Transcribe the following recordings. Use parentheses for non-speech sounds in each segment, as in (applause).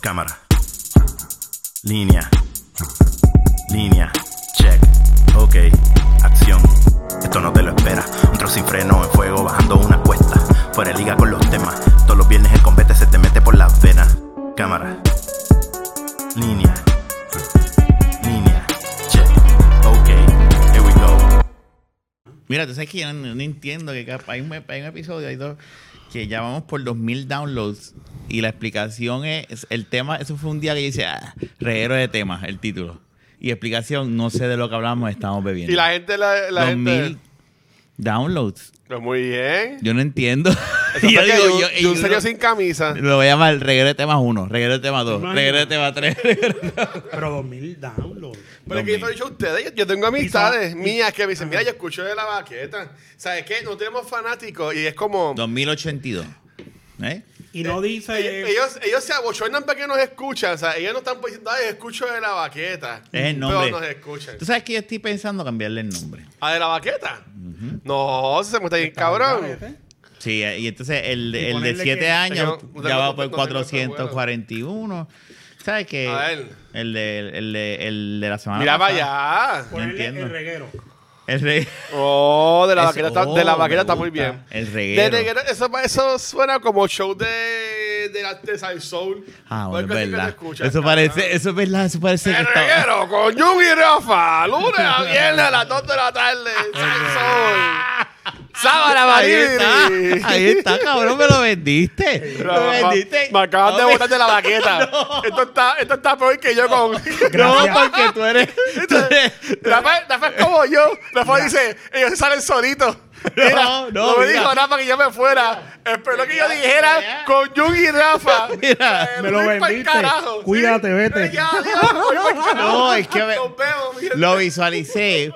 Cámara. Línea. Línea. Check. Ok. Acción. Esto no te lo espera. Un trozo sin freno en fuego bajando una cuesta. Fuera de liga con los temas. Todos los viernes el combate se te mete por las venas. Cámara. Línea. Línea. Check. Ok. Here we go. Mira, tú sabes que yo no, no entiendo que capaz hay un, hay un episodio hay dos, que ya vamos por 2000 downloads y la explicación es, es el tema, eso fue un día que yo hice, ah, reguero de temas, el título. Y explicación, no sé de lo que hablamos, estamos bebiendo. Y la gente, la, la gente. 2000 downloads. Pues muy (laughs) bien. Yo no entiendo. (laughs) Eso Yo fue que digo, Jun- yo- Jun yo se quedó no- sin camisa. Lo voy a llamar reguero de temas 1, reguero de temas 2, Imagínate. reguero de temas (laughs) 3. Pero 2000 downloads. Pero es que yo te lo he dicho a ustedes, yo- yo tengo amistades mías que me Ah. dicen, mira, yo escucho de la baqueta. ¿Sabes qué? No tenemos fanáticos y es como... 2082. ¿Eh? Y no dice. Ellos, ellos- ellos se abochornan para que nos escuchan. O sea, ellos no están diciendo, ay, escucho de la baqueta. Es el nombre. Pero nos escuchan. Tú sabes que yo estoy pensando cambiarle el nombre. ¿A de la baqueta? No, se me está bien eh, cabrón. Carete. Sí, eh, y entonces el, Y el de ponerle 7 que- años Es que no- no ya va tengo- por no tengo ese juego. 441. ¿Sabes qué? A ver. El de, el, de, el de la semana Mira para pasada. allá. Ponerle entiendo. el reguero. El re- Oh, de la Ese- baqueta está, oh, de la me baqueta está muy gusta. bien. El De reguero. reguero, eso, eso suena como show de, de, la- de Sal Soul. (laughs) Ah, O bueno, algo así es que verdad. te escuchas, Eso cabrón. parece, eso es verdad, eso parece que El está- reguero con Jun y Rafa. Lunes a viernes a las 2 de (laughs) la tarde. Sal Soul. Sábana Ahí Mariri. está, ahí está, cabrón, me lo vendiste. Me lo Rafa, vendiste. Me acabas (laughs) de No, botar de la baqueta. Esto, está, esto está peor que yo con. (laughs) No, porque tú eres. tú eres- Rafa, Rafa es como yo. Rafa dice, ellos se salen solitos. Mira, (laughs) No, no, no, me mira. dijo Rafa que yo me fuera. Esperó que yo dijera con Jun y Rafa. (laughs) Mira, Eh, me lo voy pa'l vendiste. carajo, ¿sí? Cuídate, vete. Eh, ya, ya, voy (laughs) pa'l carajo. No, es que me- Nos vemos, mi gente. lo visualicé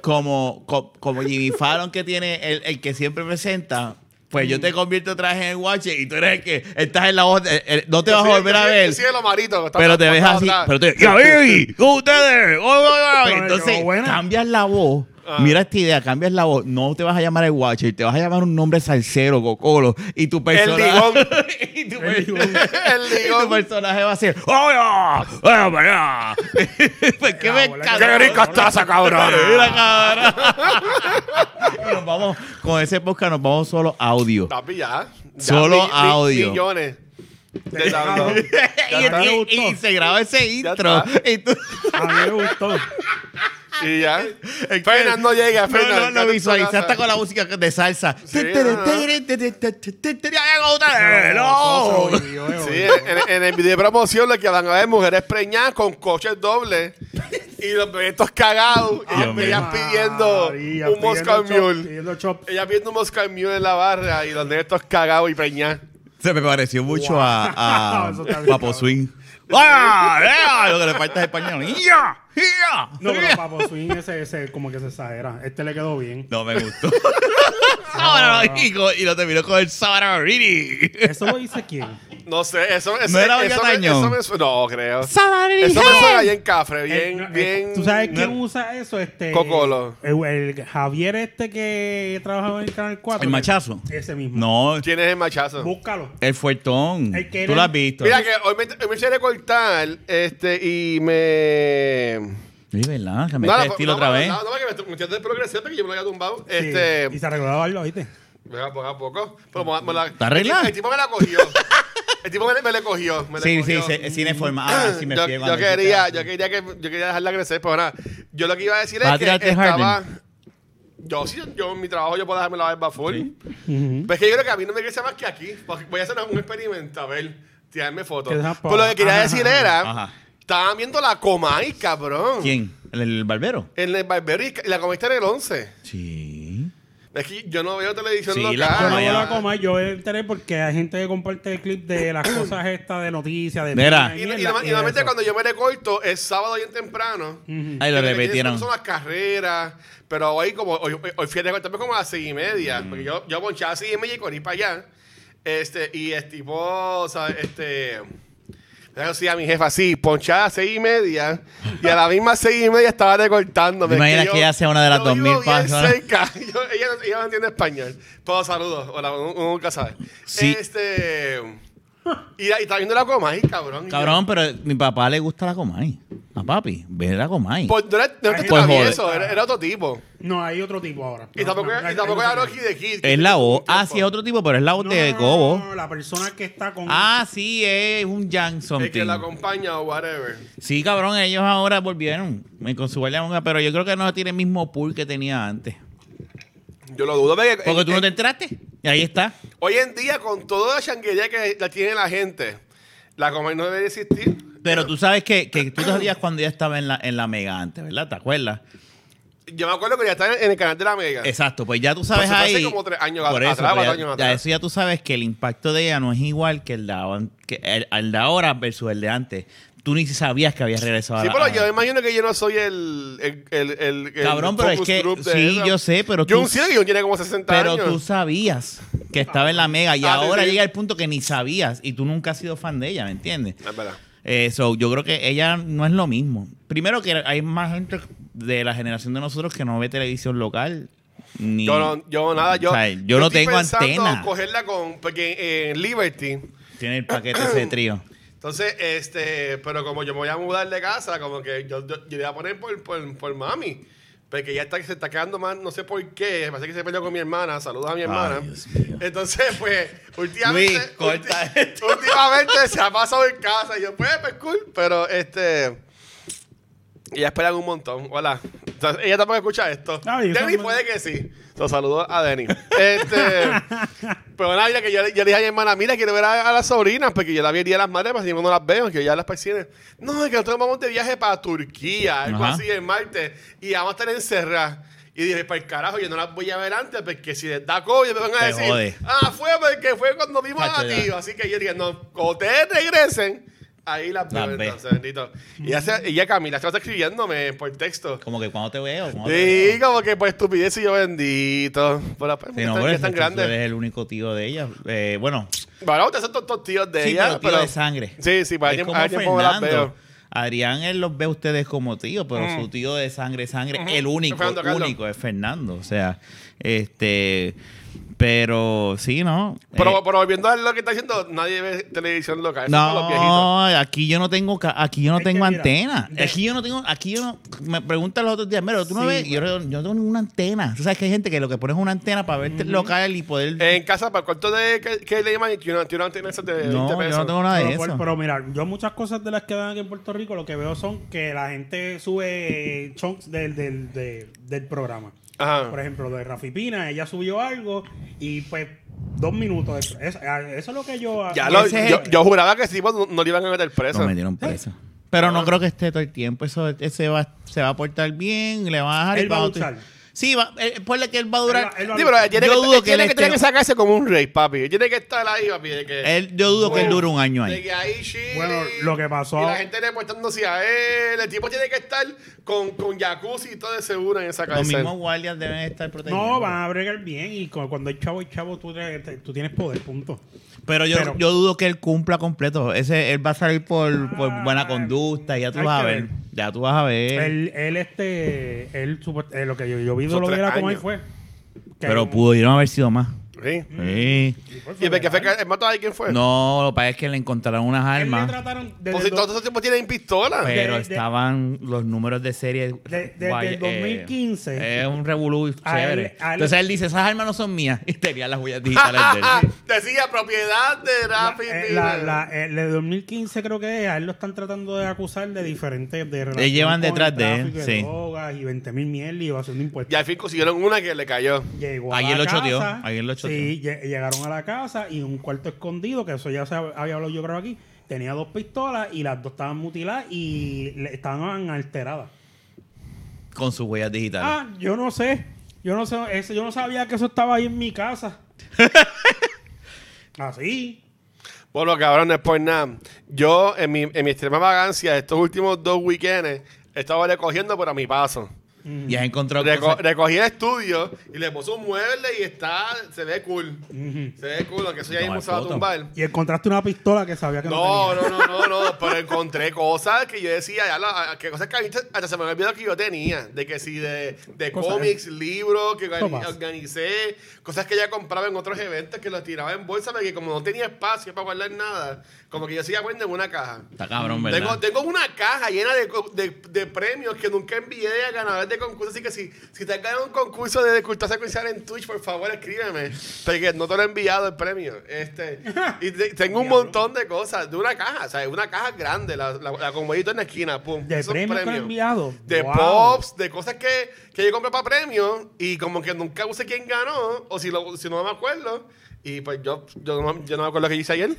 como, co- como Jimmy Fallon que tiene el, el que siempre presenta. Pues yo te convierto otra vez en el guache y tú eres el que estás en la voz. de- el- no te vas a Sí, volver a sí, ver. sí, lo marito, está- Pero te está- ves está- así. está- Pero te (laughs) ¡Ya, baby! ¿Cómo ustedes? Oh, oh, oh". Pero Entonces llegó buena. cambias la voz. Ah. Mira esta idea, cambias la voz. No te vas a llamar el guache, te vas a llamar un nombre salsero, cocolo. Y tu El personaje. ligón. (laughs) y tu El personaje- ligón. El y tu ligón. personaje va a ser ¡Oh, ya! ¡Oh, ya! (laughs) Pues que me La bola que- encanta. ¡Qué rica está esa cabrona! (laughs) Mira, cabrón. Y nos vamos, con ese podcast nos vamos solo audio. Papi, ya. Ya, Solo mi- mi- audio. (laughs) Millones. De download. Y, (laughs) está. y- y se graba ese Ya intro. está. Y tú- A mí (laughs) me gustó. Y ya. Fernan no llega, Ah, No, Fernan. no, quédate en lo tu visualizaste casa. con la música de salsa. Sí, No. Oso, yo, yo, Eh, (laughs) Sí, eh, yo. en, en el video de promoción lo que van a ver es mujeres preñadas con coches dobles y los proyectos cagados. Dios Ellas, mío. ellas pidiendo Ah, María, un Moscow pidiendo chop, Mule. Pidiendo chop. Ellas pidiendo un Moscow Mule en la barra y los negros cagados y preñadas. Se me pareció mucho a, a Eso está bien, Papo cabrón. Swing. (laughs) ¡Ah! ¡Ah! Lo que le (laughs) falta es español. ¡Ya! ¡Ya! No, (laughs) pero (laughs) Papo Swing ese, ese como que se exagera. Este le quedó bien. No me gustó. Ahora lo digo, y lo terminó con el Sabarariri. ¿Eso lo dice quién? No sé, eso, eso, ¿No era Olga eso, me- Tañón? eso me su- No, creo. Eso Sabarariri. me suena bien cafre, (laughs) bien, Eh, eh, bien. ¿Tú sabes quién no- usa eso? Este, Cocolo. El, el Javier este que trabajaba en el Canal 4. ¿El machazo? Ese mismo. No, ¿Quién es el machazo? Búscalo. el fuertón. El que Tú era- lo has visto. Mira que hoy me, hoy me hice recortar este, y me... Sí, ¿verdad? Que me No, este no, estilo no, otra no, vez. No, no, que me estoy metiendo de progresar porque yo me lo había tumbado. Sí, Este. Y se arregló la barba, ¿viste? Venga, poco a poco. Pero me, me la, ¿Está arreglada? El, tipo me la cogió. el tipo me, la- me la cogió. Me la Sí, sí, cogió. sí, cineforma. Ah, sí me yo, fui yo cuando quería, hiciste- yo quería que yo quería dejarla crecer, pero nada. Yo lo que iba a decir ¿Vas a es que tirarte estaba. Yo sí, yo en mi trabajo yo puedo dejarme la barba full. Pero es que yo creo que a mí no me crece más que aquí. porque Voy a hacer un experimento, a ver, tirarme fotos. Que deja pa- Pero lo que quería ajá, decir ajá, era, ajá. estaban viendo la Comay, cabrón. ¿Quién? ¿El, el barbero? En el barbero y la comiste en el 11. Sí. Es que yo no veo televisión Sí, local. la Yo no Ah, voy ya. a la coma, yo me enteré porque hay gente que comparte el clip (clears throat) de las cosas estas de noticias, de Mira. Y, y, mierda, y norma- y normalmente eso. cuando yo me recorto es sábado bien temprano. Ahí lo Que- que repitieron. Son las carreras. Pero hoy como hoy, hoy- hoy fui a recortarme como a las seis y media. Mm. Porque yo, yo ponchaba a las seis y media y corrí para allá. Este, y es tipo, ¿sabes? Este. Yo sí, a mi jefa, sí, ponchaba a las seis y media. Y a la misma seis y media estaba recortándome. ¿Te imaginas Es que yo- ella sea una de las yo 2000 vivo bien personas? cerca. (laughs) Yo- ella, no- ella no entiende español. Todos saludos. Hola, uno nunca sabe. Sí. Este. Y, y está viendo la coma ahí, cabrón. Y Cabrón, pero mi papá le gusta la Comay. A papi, ve la Comay. yo, Pues no era, no era Pues, travieso, joder. era, era otro tipo. No, hay otro tipo ahora. Y tampoco, y tampoco era Rocky de Kid. que Es la tuvo voz. un Ah, tiempo. sí, es otro tipo, pero es la voz No, de no, no, Cobo. no, la persona que está con. Ah, sí, es un Jan El que something. la acompaña o whatever. Sí, cabrón, ellos ahora volvieron eh, con su baile monga, pero yo creo que no tiene el mismo pool que tenía antes. Yo lo dudo. porque- Porque tú eh, no te enteraste. Y ahí está. Hoy en día, con toda la changuería que la tiene la gente, la coma no debería existir. Pero tú sabes que, que tú sabías cuando ella estaba en la, en la mega antes, ¿verdad? ¿Te acuerdas? Yo me acuerdo que ya está en, en el canal de la Mega. Exacto, pues ya tú sabes Pues eso fue hace ahí. como tres años por atrás, eso, pues cuatro ya, años ya atrás. eso ya tú sabes que el impacto de ella no es igual que el de, ahora- que el, el de ahora versus el de antes. Tú ni sabías que había regresado a Sí, la- pero a- yo me imagino que yo no soy el. el, el, el- el Cabrón, pero es focus que- group de sí, esa. yo sé, pero Yo tú- un cielo que yo tiene como 60 Pero años. tú sabías que estaba en la mega y Ah, sí, ahora sí. llega el punto que ni sabías y tú nunca has sido fan de ella, ¿me entiendes? Es verdad. Eh, so, yo creo que ella no es lo mismo. Primero que hay más gente de la generación de nosotros que no ve televisión local. Ni... Yo no, yo nada, yo. O sea, yo no estoy tengo pensando antena. cogerla con. Porque en Liberty. Tiene el paquete ese de trío. Entonces, este. Pero como yo me voy a mudar de casa, como que yo, yo, yo le voy a poner por, por, por mami. Porque ya está, se está quedando más, no sé por qué. Me Parece que se peleó con mi hermana. Saludos a mi hermana. Dios mío. Entonces, pues, últimamente. Luis, corta ulti- Últimamente se ha pasado en casa. Y yo, pues, pues, cool. Pero, este. Ella esperan un montón. Hola. O sea, ella tampoco escucha esto. Ay, yo Denny tampoco- puede que sí. Los saludos a Denny. este. Pero nada, mira, que yo, le- yo le dije a mi hermana, mira, quiero ver a, a las sobrinas, porque yo la vi el día de las madres, pero si no las veo, que ya las persiguen. No, es que nosotros vamos de viaje para Turquía, algo Ajá. así, el martes, y vamos a estar encerradas. Y dije, para el carajo, yo no las voy a ver antes, porque si les da COVID, me van a Te decir, jode. ah, fue porque fue cuando vimos a Chacho, ya. ti. Así que yo dije, no, cuando ustedes regresen, ahí las veo, Las ve. entonces, bendito. Y ya, se- y ya Camila estaba escribiéndome por texto. Como que cuando te veo. cuando te veo. Sí, como que por estupidez y yo bendito. pues, Por la, Sí, no, están- pero están tú grandes. eres el único tío de ella. Eh, bueno, sí, Bueno, ustedes son tontos tíos de ella, pero tío de sangre. Sí, sí, para Es tiempo, como para tiempo me las veo. Mm. Fernando. Adrián él los ve a ustedes como tío, pero su tío de sangre, sangre, el único, Fernando, Carlos. único es Fernando. O sea, este, pero sí, ¿no? Pero, Eh, pero volviendo a lo que está diciendo, nadie ve televisión local. eso son los viejitos. no, aquí yo no tengo, ca- aquí yo no Es que tengo mira, antena. de- Aquí yo no tengo, aquí yo no. Me preguntan los otros días, pero tú no Sí, ves, yo, no- yo no tengo ninguna antena. Tú sabes que hay gente que lo que pone es una antena para verte local y poder. En casa, ¿para cuánto de que, que le llaman? Tiene una, tiene una antena esa de 20 no, pesos. yo no tengo nada de Pero, eso. por- pero mira, yo muchas cosas de las que dan aquí en Puerto Rico, lo que veo son que la gente sube chunks del, del, de- del programa. Ajá. Por ejemplo, de Rafi Pina, ella subió algo y pues dos minutos. de- Eso, a- eso es lo que yo... Ya y lo- ese es yo, el- yo juraba que sí, pues, no, no le iban a meter preso. Lo metieron preso. Pero no creo que esté todo el tiempo. Eso ese va, se va a portar bien, le va a dejar. Él va a cuando tú- luchar. Sí, va, eh, ponle que él va a durar. Él va- él va- Sí, pero tiene Yo que, dudo él que tiene él que, tiene esté- que sacarse como un rey, papi. Él Tiene que estar ahí, papi. de que- él- yo dudo que él dure un año de ahí. que ahí chilling, Bueno, lo que pasó- Y la gente reportándose a él. El tipo tiene que estar con, con jacuzzi y todo de seguro en esa Los cárcel. mismos guardias deben estar protegidos. No, van a bregar bien y cu- cuando hay chavo y chavo, tú, te- te- tú tienes poder, punto. Pero yo, Pero- yo dudo que él cumpla completo. Ese, él va a salir por, por Ah, buena conducta. Ya tú hay vas a que ver. ver. Ya tú vas a ver. Él, él este, él, supo- eh, lo que yo, yo vi Eh. de Son lo que tres era como él años. fue. Que Mm. pero un- pudieron haber sido más. Sí. Sí. ¿Y de que fue que él mató a alguien fue? No, lo que pasa es que le encontraron unas Él le armas. trataron desde Pues si el todos do- esos tipos tienen pistola. (laughs) Pues- Pero de- de- estaban los números de serie. De- desde guay, el eh, 2015. es un revolú A él- chévere. a él- Entonces él dice: Esas armas no son mías. (laughs) Y tenía las huellas digitales de Ah, (laughs) él. decía propiedad de La, Rafi. eh, Pina. la, la- eh, la de 2015 creo que es, a él lo están tratando de acusar de diferentes... De relación llevan con detrás el de él, tráfico sí. drogas y 20 mil miel y evasión de impuestos. y al fin consiguieron una que le cayó. Llegó a Ayer lo la choteó, casa, ayer lo choteó. Sí, lle- llegaron a la casa y un cuarto escondido, que eso ya se hab- había hablado yo creo aquí, tenía dos pistolas y las dos estaban mutiladas y le- estaban alteradas. Con sus huellas digitales. Ah, yo no sé, yo no sé, eso- yo no sabía que eso estaba ahí en (laughs) mi casa. Así. Bueno, cabrón, no es por pues nada. Yo, en mi, en mi extrema vagancia, estos últimos dos weekends, he estado recogiendo por a mi paso. Y has encontrado Reco- cosas- recogí el estudio y le puso un mueble y está, se ve cool. Se ve cool, aunque eso ya No mismo hay se va a foto. tumbar. Y encontraste una pistola que sabía que no, No, tenía. no, no, no, no, (laughs) pero encontré cosas que yo decía, ya la- que cosas que a mí hasta- hasta se me había olvidado que yo tenía, de que sí, de, de Cosas. cómics, libros que organi- Tomas. organicé, cosas que ya compraba en otros eventos, que los tiraba en bolsa, porque como no tenía espacio para guardar nada, como que yo seguía guardando en una caja. Está cabrón, ¿verdad? Tengo, tengo una caja llena de, co- de, de premios que nunca envié a ganadores de concursos. Así que si, si te has ganado un concurso de cultura secuencial en Twitch, por favor escríbeme. Porque no te lo he enviado el premio. Este, y te- tengo un montón de cosas de una caja. O sea, una caja grande. La, la, la con huellito en la esquina. Pum, De esos premios que han enviado. De Wow. (laughs) pops, de cosas que, que yo compré para premios. Y como que nunca usé quién ganó. O si, lo- si no me acuerdo. Y pues yo, yo, no, me- yo no me acuerdo lo que hice ayer.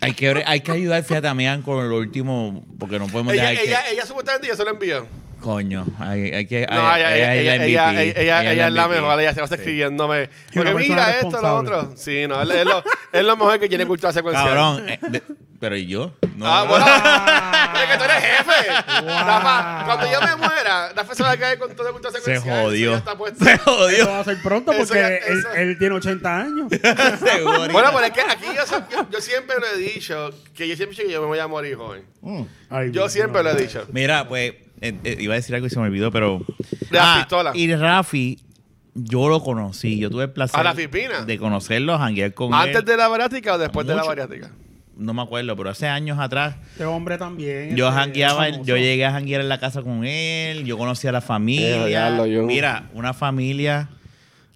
Hay que, hay que ayudar, fíjate, a Megan con lo último, porque no podemos Ella, dejar ella, que... ella, supuestamente ya se lo envió. Coño, hay, hay que... No, hay- ella, ella, es la ella- MVP, ella- ella- ella es la MVP. mejor, ella se va a estar escribiéndome. Y una Porque persona mira esto, lo responsable. otro. Sí, no, es, es lo, es lo mejor que tiene cultura secuencial. Cabrón, eh, de- pero ¿y yo? No, Ah, no. bueno. Ah, Oye, que tú eres jefe. Rafa, Wow. cuando yo me muera, Rafa (laughs) se va a caer con toda cultura (laughs) Se secuencial. Eso ya jodió. (laughs) está puesto. Se Eso jodió. va a ser (laughs) pronto Eso porque ya- eso- Él, él tiene (laughs) 80 años. (laughs) Seguro. Bueno, pero es que aquí yo, so- yo- yo siempre lo he dicho, que yo siempre he dicho que yo me voy a morir joven. Ay, Yo Dios, siempre no. lo he dicho. Mira, pues, eh, eh, iba a decir algo y se me olvidó, pero... Ah, De la pistola. Y Rafi, yo lo conocí, yo tuve el placer... ¿A Rafi Pina? De conocerlo, janguear con ¿Antes él. de la bariátrica o después de la Mucho. bariátrica? No me acuerdo, pero hace años atrás... Este hombre también. Yo este, jangueaba, famoso. yo llegué a janguear en la casa con él, yo conocí a la Eh, familia. diablo, yo- Mira, una familia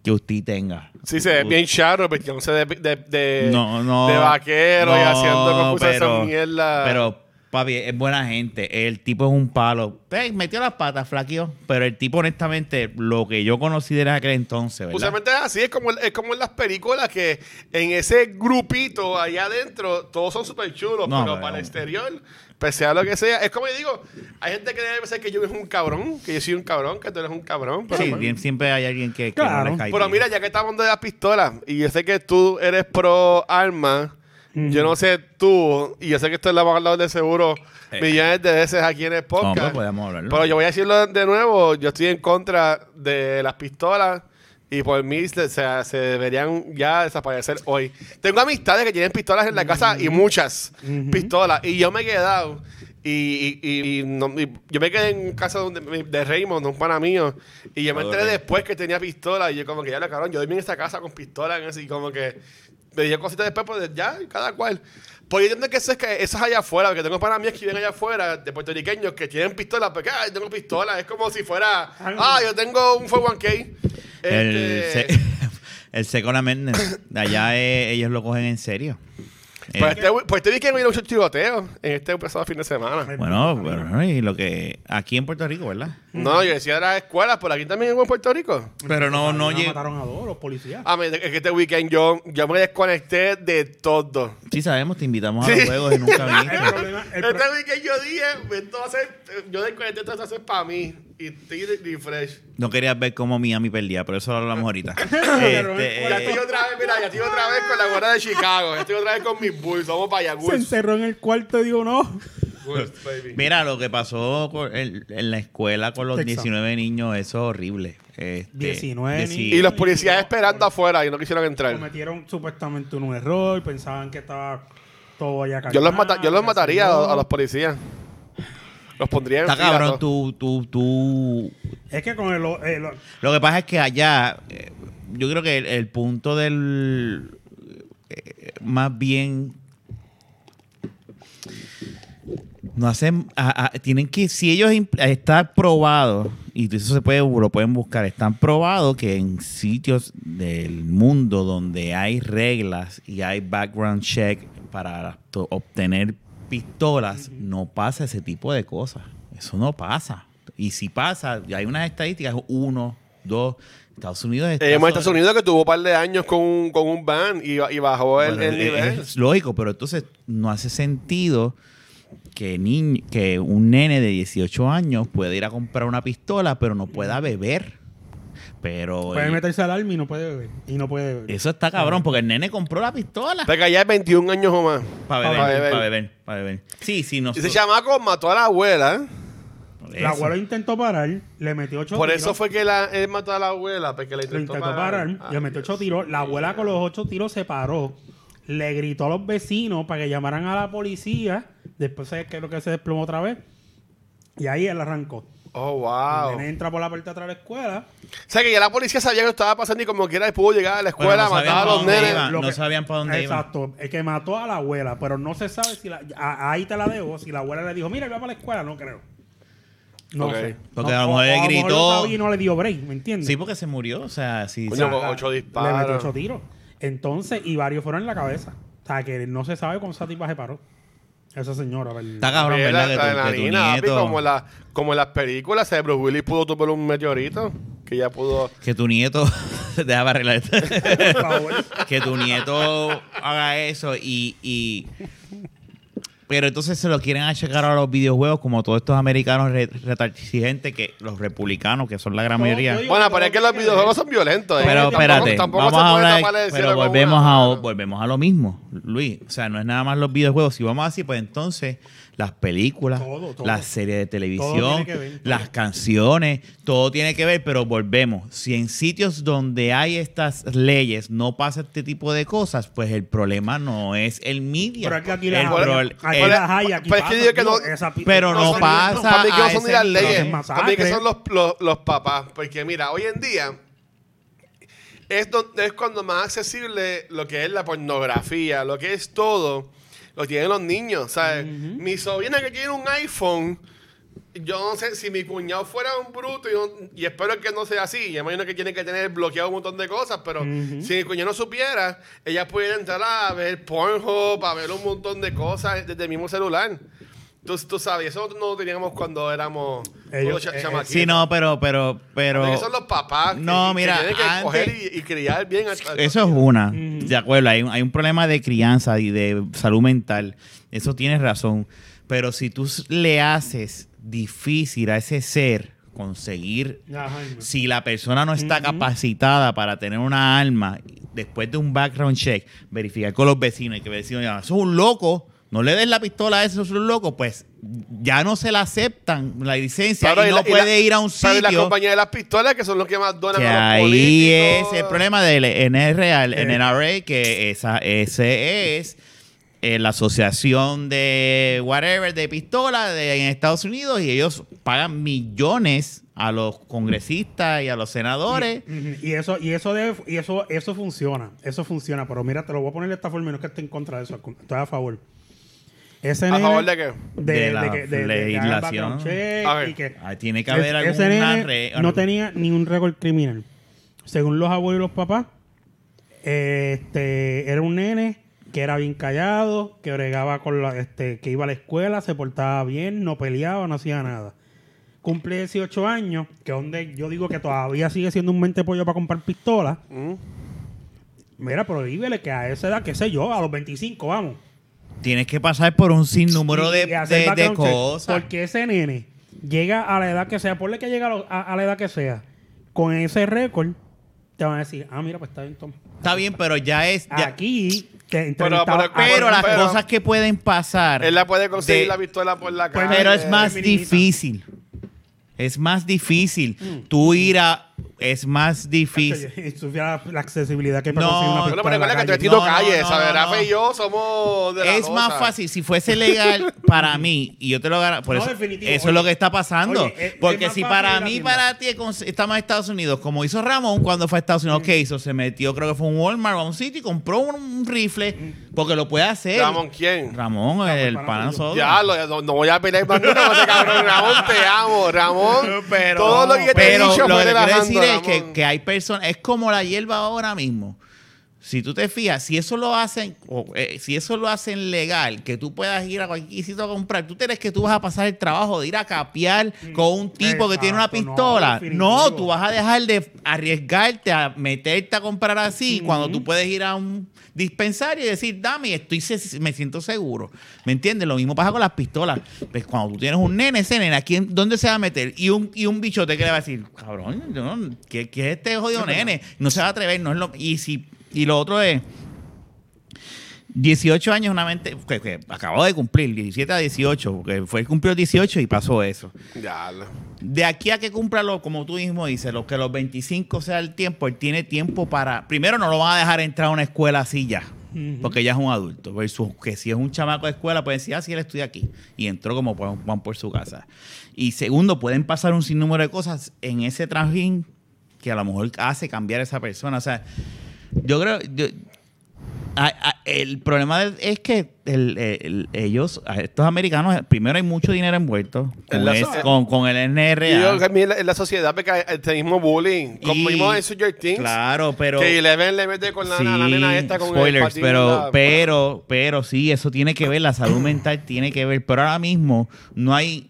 que usted tenga. Sí, se ve bien charro, vestiéndose de, de, de, No, no. de vaquero y no, haciendo concursos de pero- esas mierdas. Pero, papi, es buena gente. El tipo es un palo. Ey, metió las patas, flaquio. Pero el tipo, honestamente, lo que yo conocí de aquel entonces, ¿verdad? Usualmente es así, es como, es como en las películas que en ese grupito allá adentro todos son súper chulos, No, pero pero- para el exterior, pese a lo que sea, es como yo digo, hay gente que debe pensar que yo es un cabrón, que yo soy un cabrón, que tú eres un cabrón. Pero, Sí, bien, siempre hay alguien que, que Claro. no le cae pero bien. mira, ya que estamos de las pistolas, y yo sé que tú eres pro arma, yo no sé tú, y yo sé que esto lo hemos hablado de seguro Eh. millones de veces aquí en el No, podcast. pero podemos hablarlo. Pero yo voy a decirlo de nuevo, yo estoy en contra de las pistolas y por mí se, se- se deberían ya desaparecer hoy. Tengo amistades que tienen pistolas en la casa y muchas pistolas y yo me he quedado y, y- y- y no- y yo me quedé en casa donde, de Raymond, un pana mío, y yo me enteré después que tenía pistola y yo como que ya lo cabrón, yo dormí en esta casa con pistola en ese, y como que me dio cositas después, pues ya, cada cual. Pues yo entiendo que eso es, que eso es allá afuera, porque tengo para mí que viven allá afuera, de puertorriqueños, que tienen pistolas, porque, ay, tengo pistola, es como si fuera, ah, yo tengo un 401k. El, Este, se- (laughs) el Second Amendment. de Allá eh, ellos lo cogen en serio. Eh, pues, este, pues este weekend hubo mucho chigoteo en este pasado fin de semana. Eh, Bueno, bueno, y lo que aquí en Puerto Rico, ¿verdad? No, yo decía de las escuelas, por aquí también hubo en Puerto Rico. Pero no, no Ah, Ahí llegó. Mataron a dos, los policías. A mí, es que este weekend yo, yo me desconecté de todo. Sí, sabemos, te invitamos a Sí. los juegos y nunca (laughs) El viniste. problema, el pro- Este weekend yo dije, entonces, yo desconecté, entonces hacer para mí. Y estoy refresh. No querías ver cómo Miami perdía, pero eso lo hablamos ahorita. Este, Ya eh, estoy otra vez, mira, ya estoy otra vez con la guarda de Chicago. Ya estoy otra vez con mis Bulls. Vamos para allá, se Bulls. encerró en el cuarto y dijo no. Bulls, baby. mira, lo que pasó con el- en la escuela con los Texas. 19 niños, eso es horrible. Este, 19 deci- niños. Y los policías esperando afuera y no quisieron entrar. Cometieron supuestamente un error, pensaban que estaba todo allá Yo los, mata- mataría yo los mataría a, a los policías. Los pondría en Está fila, cabrón, ¿no? tú, tú, tú. Es que con el, eh, el- Lo que pasa es que allá, eh, yo creo que el, el punto del. eh, más bien. No hacen. a- a- tienen que. Si ellos imp- está probado, y eso se puede, lo pueden buscar, están probados que en sitios del mundo donde hay reglas y hay background check para to- obtener pistolas, no pasa ese tipo de cosas. Eso no pasa. Y si pasa, hay unas estadísticas, uno, dos. Estados Unidos está Eh, hemos sobre- Estados Unidos que tuvo un par de años con un, con un ban y, y bajó el, bueno, Pues, eh, el nivel. Es lógico, pero entonces no hace sentido que, niño, que un nene de 18 años pueda ir a comprar una pistola, pero no pueda beber. Pero puede el- meterse al arma y no puede beber. Y no puede beber. eso está cabrón, porque el nene compró la pistola Porque allá es 21 años o más. para pa' beber, beber. para beber, para beber. Sí, sí, Ese nosotros. chamaco mató a la abuela. La Eso. abuela intentó parar, le metió ocho Por tiros. eso fue que la- él mató a la abuela, porque le Lo intentó, intentó parar, Ay, le metió Dios. ocho tiros. La abuela con los ocho tiros se paró. Le gritó a los vecinos para que llamaran a la policía. Después se creo que se desplomó otra vez. Y ahí él arrancó. Oh, wow. El nene entra por la puerta de atrás de la escuela. O sea que ya la policía sabía que lo estaba pasando y como quiera pudo llegar a la Bueno, escuela, no matar a sabían los para dónde nenes. iba. Lo No que- sabían para dónde iba. Exacto. El que mató a la abuela, pero no se sabe si la. a- ahí te la debo. Si la abuela le dijo, mira, va para la escuela, no creo. No Ok. sé. Porque No, a lo o- mejor o le a lo gritó. lo sabía y no le dio break, ¿me entiendes? Sí, porque se murió. O sea, sí. Coño, sí. con ocho Le metió ocho disparos. tiros. Entonces, y varios fueron en la cabeza. O sea, que no se sabe con esa tipa se paró. Esa señora, Está ¿verdad? cabrón, Mira, ¿verdad? Que la tu- que tu, adrenalina, papi, nieto, como, la, como en las películas, ¿sabes? Bruce Willis pudo tomar un meteorito que ya pudo. que tu nieto. (laughs) Déjame arreglar esto. Por favor. que tu nieto haga eso y, y- pero entonces se lo quieren achacar a los videojuegos como todos estos americanos re- retardigentes que los republicanos que son la gran No, mayoría yo digo- Bueno, pero es que los videojuegos son violentos. ¿eh? pero Tampoco- espérate tampoco vamos se a puede hablar tapar el cielo pero con una volvemos a mano. volvemos a lo mismo Luis o sea no es nada más los videojuegos si vamos así pues entonces las películas Todo, todo. las series de Todo tiene televisión que ver. las canciones todo tiene que ver pero volvemos si en sitios donde hay estas leyes no pasa este tipo de cosas pues el problema no es el media Pero es que aquí las El hay, pro- aquí el- las hay, pero aquí Pues es que pasa, yo que no- tío, esa pi- pero no son- pasa Para mí que a no son ese ni las nivel. leyes. Entonces, Para mí que masacre. son los, los, los papás. Porque mira, hoy en día es, donde, es cuando más accesible lo que es la pornografía, lo que es todo, lo tienen los niños. ¿sabes? Mi sobrina que tiene un iPhone. Yo no sé si mi cuñado fuera un bruto, yo- y espero que no sea así. Yo imagino que tiene que tener bloqueado un montón de cosas, pero si mi cuñado no supiera, ella pudiera entrar a ver Pornhub, a ver un montón de cosas desde el mismo celular. Tú, tú sabes, eso no lo teníamos cuando éramos Ellos- todos cha- eh, eh, chamaquitos. sí no pero pero pero Porque son los papás que- No, que, mira, tienen que antes- coger y, y criar bien. a- a- Eso es una, de acuerdo. Hay, un- hay un problema de crianza y de salud mental. Eso tienes razón. Pero si tú s- le haces difícil a ese ser conseguir, Ajá, Jaime. si la persona no está capacitada para tener una alma, después de un background check, verificar con los vecinos y que el vecino diga, eso es un loco. No le des la pistola a ese, eso es un loco. Pues ya no se le aceptan la licencia Claro, y y no la- y puede la- ir a un claro, y sitio. la compañía de las pistolas, que son los que más donan Que a los ahí es políticos. el problema del NRA, el Eh. NRA, que esa, ese es eh, la asociación de whatever, de pistola de, en Estados Unidos, y ellos pagan millones a los congresistas y a los senadores. Ujú, Y eso, y eso debe, y eso, eso funciona, eso funciona, pero mira, te lo voy a poner de esta forma y no es que esté en contra de eso, estoy a favor. Ese ¿A nene- favor de qué? De De, de la que- de- de que hagan legislación. background check A ver. y que- Ah, tiene que Es- haber ese alguna nene re- no tenía ni un récord criminal. Según los abuelos y los papás, este era un nene que era bien callado, que bregaba con la, este, que iba a la escuela, se portaba bien, no peleaba, no hacía nada. Cumple 18 años, que donde yo digo que todavía sigue siendo un mente pollo para comprar pistolas. Mira, prohíbele que a esa edad, qué sé yo, a los 25, vamos. Tienes que pasar por un sinnúmero Y- de, y hacer de- de background check. cosas. Porque ese nene llega a la edad que sea, ponle que llega a, lo- a- a la edad que sea, con ese récord, te van a decir, ah, mira, pues está bien, toma. Está bien, pero ya es... ya- Aquí te Pero- entrevistaba- pero- ah, pero las Pero- cosas que pueden pasar... Él la puede conseguir de- la pistola por la Pues, calle. Pero es más minimiza. difícil. Es más difícil. Mm. Tú ir a. Es más difícil. (laughs) Y sufría la accesibilidad que No, Bueno, pistola pero en la recuerda que calle. Tretito No, no, Calle, no, ¿sabes? no, Rafa no. y yo somos de la Es más cosa. fácil. Si fuese (laughs) legal para mí, y yo te lo garantizo. No, eso, definitivo. eso Oye, es lo que está pasando. oye, es- Porque es más si fácil ir para a mí, tienda. para ti, con- estamos en Estados Unidos, como hizo Ramón cuando fue a Estados Mm. Unidos, ¿qué hizo? Se metió, creo que fue a un Walmart o a un sitio y compró un, un rifle. Mm. Porque lo puede hacer. Ramón, ¿quién? Ramón, el pana pana Ah, pues tuyo. nosotros. Ya, lo- no, no voy a pelear más nunca con ese cabrón. Ramón, te amo, Ramón. (laughs) Pero- todo lo que te he pero dicho lo fue que te quiero relajando, decir es que, Ramón. que hay personas, es como la hierba ahora mismo. Si tú te fijas, si eso lo hacen, o, eh, si eso lo hacen legal, que tú puedas ir a cualquier sitio a comprar, ¿tú crees que tú vas a pasar el trabajo de ir a capear Mm. con un tipo que tiene una Exacto, no, pistola? No, definitivo. tú vas a dejar de arriesgarte a meterte a comprar así cuando tú puedes ir a un dispensario y decir, dame, estoy, se- me siento seguro. ¿Me entiendes? Lo mismo pasa con las pistolas. Pues cuando tú tienes un nene, ese nene, ¿a quién, ¿dónde se va a meter? Y un, y un bichote que le va a decir, cabrón, yo no- ¿qué, qué es este jodido nene? No se va a atrever, no es lo... Y, si, y lo otro es 18 años, una mente que, que acabó de cumplir, 17 a 18, porque fue el cumplió 18 y pasó eso. Ya, lo- De aquí a que cumpla, lo, como tú mismo dices, los que los 25 sea el tiempo, él tiene tiempo para. Primero, no lo van a dejar entrar a una escuela así ya, porque ya es un adulto. Versus que si es un chamaco de escuela, pueden decir, ah, sí, él estudia aquí. Y entró como Juan Juan por su casa. Y segundo, pueden pasar un sinnúmero de cosas en ese trajín que a lo mejor hace cambiar a esa persona. O sea, yo creo. yo- a- a- el problema de- es que el- el- ellos, a estos americanos, primero hay mucho dinero envuelto En con, la es- so- con, con el Y yo NRA. también en la- en la sociedad porque este mismo bullying. Como Y- vimos en Stranger Things. Claro, pero. Que Eleven le mete con la, la sí, nena esta con el spoilers, patín, pero, la- pero, pero sí, eso tiene que ver, la salud mental tiene que ver, pero ahora mismo no hay,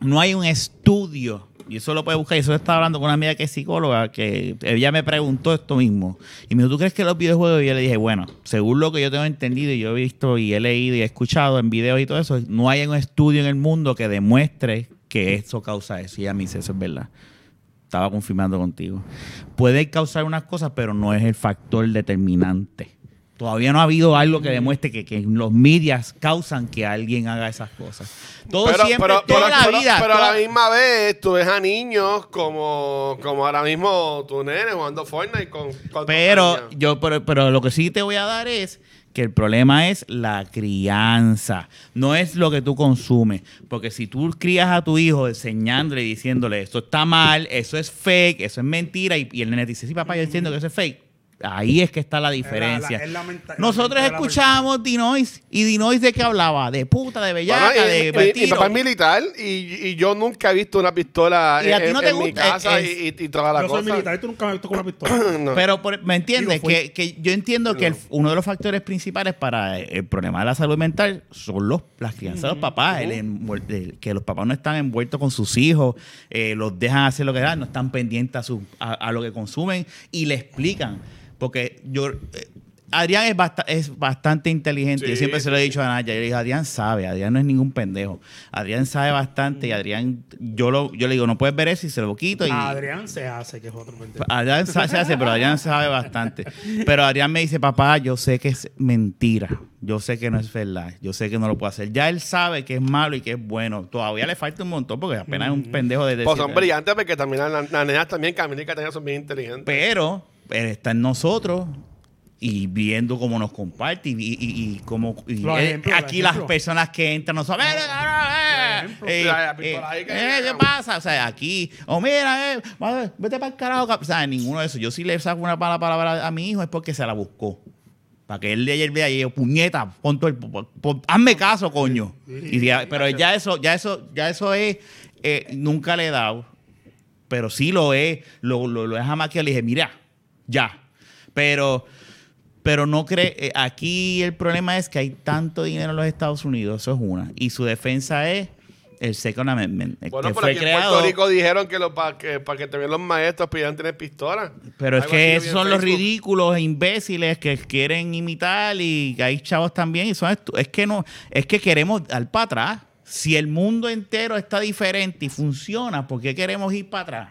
no hay un estudio. Y eso lo puede buscar. Y eso estaba hablando con una amiga que es psicóloga, que ella me preguntó esto mismo. Y me dijo, ¿tú crees que los videojuegos? Y yo le dije, bueno, según lo que yo tengo entendido y yo he visto y he leído y he escuchado en videos y todo eso, no hay un estudio en el mundo que demuestre que eso causa eso. Y a mí dice, eso es verdad estaba confirmando contigo. Puede causar unas cosas, pero no es el factor determinante. Todavía no ha habido algo que demuestre que, que los medias causan que alguien haga esas cosas. Todo siempre, toda la pero- vida. pero toda- a la misma vez tú ves a niños como, como ahora mismo tu nene jugando Fortnite con, con Pero tus niñas. yo, pero, pero lo que sí te voy a dar es que el problema es la crianza, no es lo que tú consumes, porque si tú crías a tu hijo enseñándole y diciéndole esto está mal, eso es fake, eso es mentira y, y el nene te dice sí papá yo entiendo que eso es fake, ahí es que está la diferencia. es la menta- es la Nosotros mentalidad de la escuchábamos Dinois y Dinois de qué hablaba, de puta, de bellaca, Bueno, de pues, y- y- mi, tiro. papá es militar y, y yo nunca he visto una pistola Y a ti en, no te en mi gusta, casa es- y, y- y toda la Yo cosa. soy militar y tú nunca me has visto con una pistola. (coughs) No. Pero por- me entiendes Digo, fue- que, que yo entiendo que el- uno de los factores principales para eh, el problema de la salud mental son los las crianzas de los papás, el envuel- el- que los papás no están envueltos con sus hijos, eh, los dejan hacer lo que dan, no están pendientes a, su- a- a lo que consumen y le explican, porque yo eh, Adrián es, basta- es bastante inteligente, yo Sí, siempre se lo he dicho a Naya, yo le digo, Adrián sabe, Adrián no es ningún pendejo, Adrián sabe bastante y Adrián, yo, lo, yo le digo, no puedes ver eso y se lo quito y, Ah, Adrián se hace, que es otro pendejo. Adrián sa- se hace, pero Adrián sabe bastante. Pero Adrián me dice, papá, yo sé que es mentira. Yo sé que no es verdad. Yo sé que no lo puedo hacer. Ya él sabe que es malo y que es bueno. Todavía le falta un montón porque apenas es un pendejo de Pues son 17 años. brillantes porque también las, las nenas también, Camila y Catalina son bien inteligentes. Pues, Pero él está en nosotros y viendo cómo nos comparte y, y- y- y cómo y Los él- ejemplos, los aquí las ejemplos. personas que entran no saben "Mira, cabrón, Los eh, eh, ejemplos. La- la eh, pistola ahí que- eh, ¿qué pasa? o sea aquí o mira eh, madre, vete para el carajo cap-". o sea ninguno de eso yo si le saco una mala palabra a mi hijo es porque se la buscó para que él de ayer vea y yo, puñeta, pon todo el- pon- pon- hazme caso, coño. Y ya- pero ya eso, ya eso, ya eso es, eh, nunca le he dado. Pero sí lo es, lo, lo, lo he jamaqueado. Le dije, mira, ya. Pero, pero no cree, eh, aquí el problema es que hay tanto dinero en los Estados Unidos, eso es una. Y su defensa es el Second Amendment, eh, Bueno, que por fue aquí en Puerto creado. Rico dijeron que, lo- pa- que para que también los maestros pidieran tener pistola. Pero es Algo así que yo esos vi en son los Facebook. ridículos e imbéciles que quieren imitar y que hay chavos también y son estu- es que no es que queremos dar para atrás. Si el mundo entero está diferente y funciona, ¿por qué queremos ir para atrás?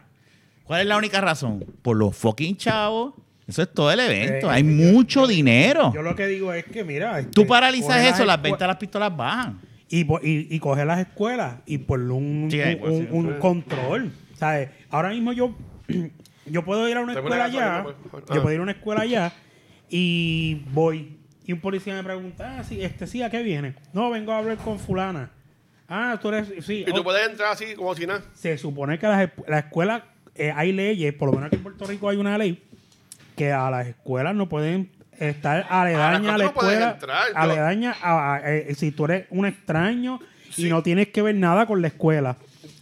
¿Cuál es la única razón? Por los fucking chavos. Eso es todo el evento. Eh, Hay yo- mucho dinero. Yo lo que digo es que, mira. este, Tú paralizas coge eso, las escue- ventas de las pistolas bajan. Y, po- y, y coge las escuelas y por un, Sí, un- igual, sí, un- un sí. control. ¿Sabes? Ahora mismo yo, (clears throat) yo puedo ir a una Tengo una escuela gasolina, allá. por favor. Yo Ah. puedo ir a una escuela allá y voy. Y un policía me pregunta, ah, sí, este sí, ¿a qué viene? No, vengo a hablar con fulana. Ah, tú eres, sí. Y oh, tú puedes entrar así como si nada. se supone que las, escu- las escuelas, eh, hay leyes, por lo menos aquí en Puerto Rico hay una ley, que a las escuelas no pueden estar aledaña a, cosas la no pueden escuela, entrar, yo- aledaña a, a- eh, si tú eres un extraño y no tienes que ver nada con la escuela.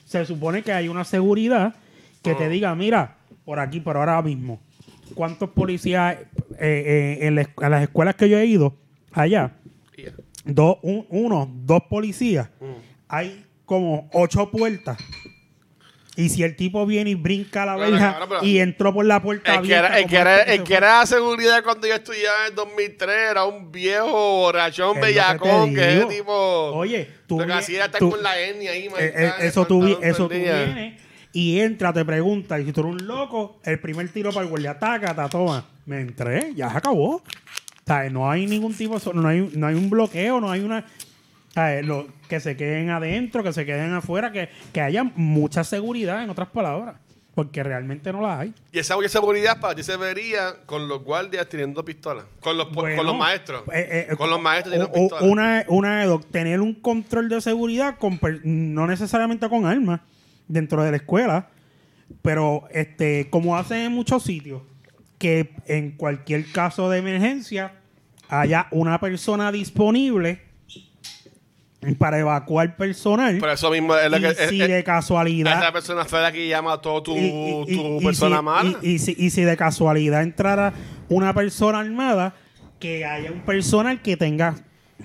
Se supone que hay una seguridad que Ah. te diga, mira, por aquí, por ahora mismo, ¿cuántos policías eh, eh, en, la esc- a las escuelas que yo he ido allá? Y ya. dos, un- uno, dos policías, Mm. hay como ocho puertas. Y si el tipo viene y brinca la Pero, verja cabrón, pero- y entró por la puerta El que, era, abierta, el, como que era, este el se que era la seguridad cuando yo estudiaba en 2003 era un viejo borrachón Es lo que te bellacón que, es digo. tipo. Oye, tú Lo que vi- hacía era estar tú- con la etnia ahí, fue. Eh, eh, manchada, eso tú, vi- pantalón eso tú perdida. vienes y entra, te pregunta. Y si tú eres un loco, el primer tiro para el guardia, taca, toma. Me entré, ya se acabó. sea, no hay ningún tipo, no hay, no hay un bloqueo, no hay una... ¿sabes? Lo- que se queden adentro, que se queden afuera, que, que haya mucha seguridad, en otras palabras, porque realmente no la hay. Y esa huella de seguridad para ti se vería con los guardias teniendo pistolas. Con los, po- Bueno, con los maestros. eh, eh, con los maestros o- teniendo o- pistolas. Una, una de dos, tener un control de seguridad, con per- no necesariamente con armas, dentro de la escuela, pero este como hacen en muchos sitios, que en cualquier caso de emergencia haya una persona disponible para evacuar personal. Por eso mismo es lo y que. es- si es- de casualidad esa persona fue la que llama a todo tu, y- y- tu y- y persona si- mala. Y, y si, y si de casualidad entrara una persona armada, que haya un personal que tenga,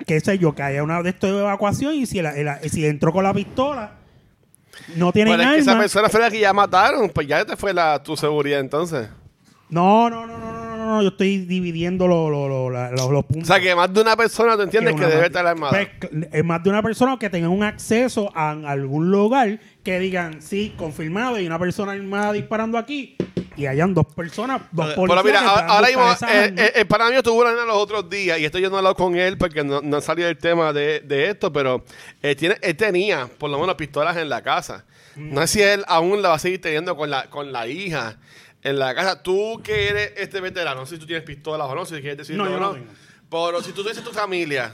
qué sé yo, que haya una de esto de evacuación y si, la- la- si entró con la pistola, no tienen Pero Pues es que esa arma. persona fue la que ya mataron. Pues ya te fue la, tu seguridad entonces. No, no, no, no, no, no, no, yo estoy dividiendo lo- lo- lo- la- los- los O puntos. sea que más de una persona, ¿te entiendes? Que, una debe más- estar armada. Pues, cl- eh, más de una persona que tenga un acceso a algún lugar que digan, sí, confirmado, y una persona armada disparando aquí, y hayan dos personas, dos Pero- Pero policías. mira, que ahora- puedan ahora buscar mismo, esas eh, armas. eh, el pana mío tuvo una nena los otros días, y esto yo no he hablado con él porque no, no ha salido el tema de, de esto, pero eh, tiene, él tenía por lo menos pistolas en la casa. No sé si él aún la va a seguir teniendo con la, con la hija en la casa. Tú que eres este veterano, no sé si tú tienes pistolas o no, si quieres decirlo No, yo o no no. tengo. Pero si tú tuvieses tu familia,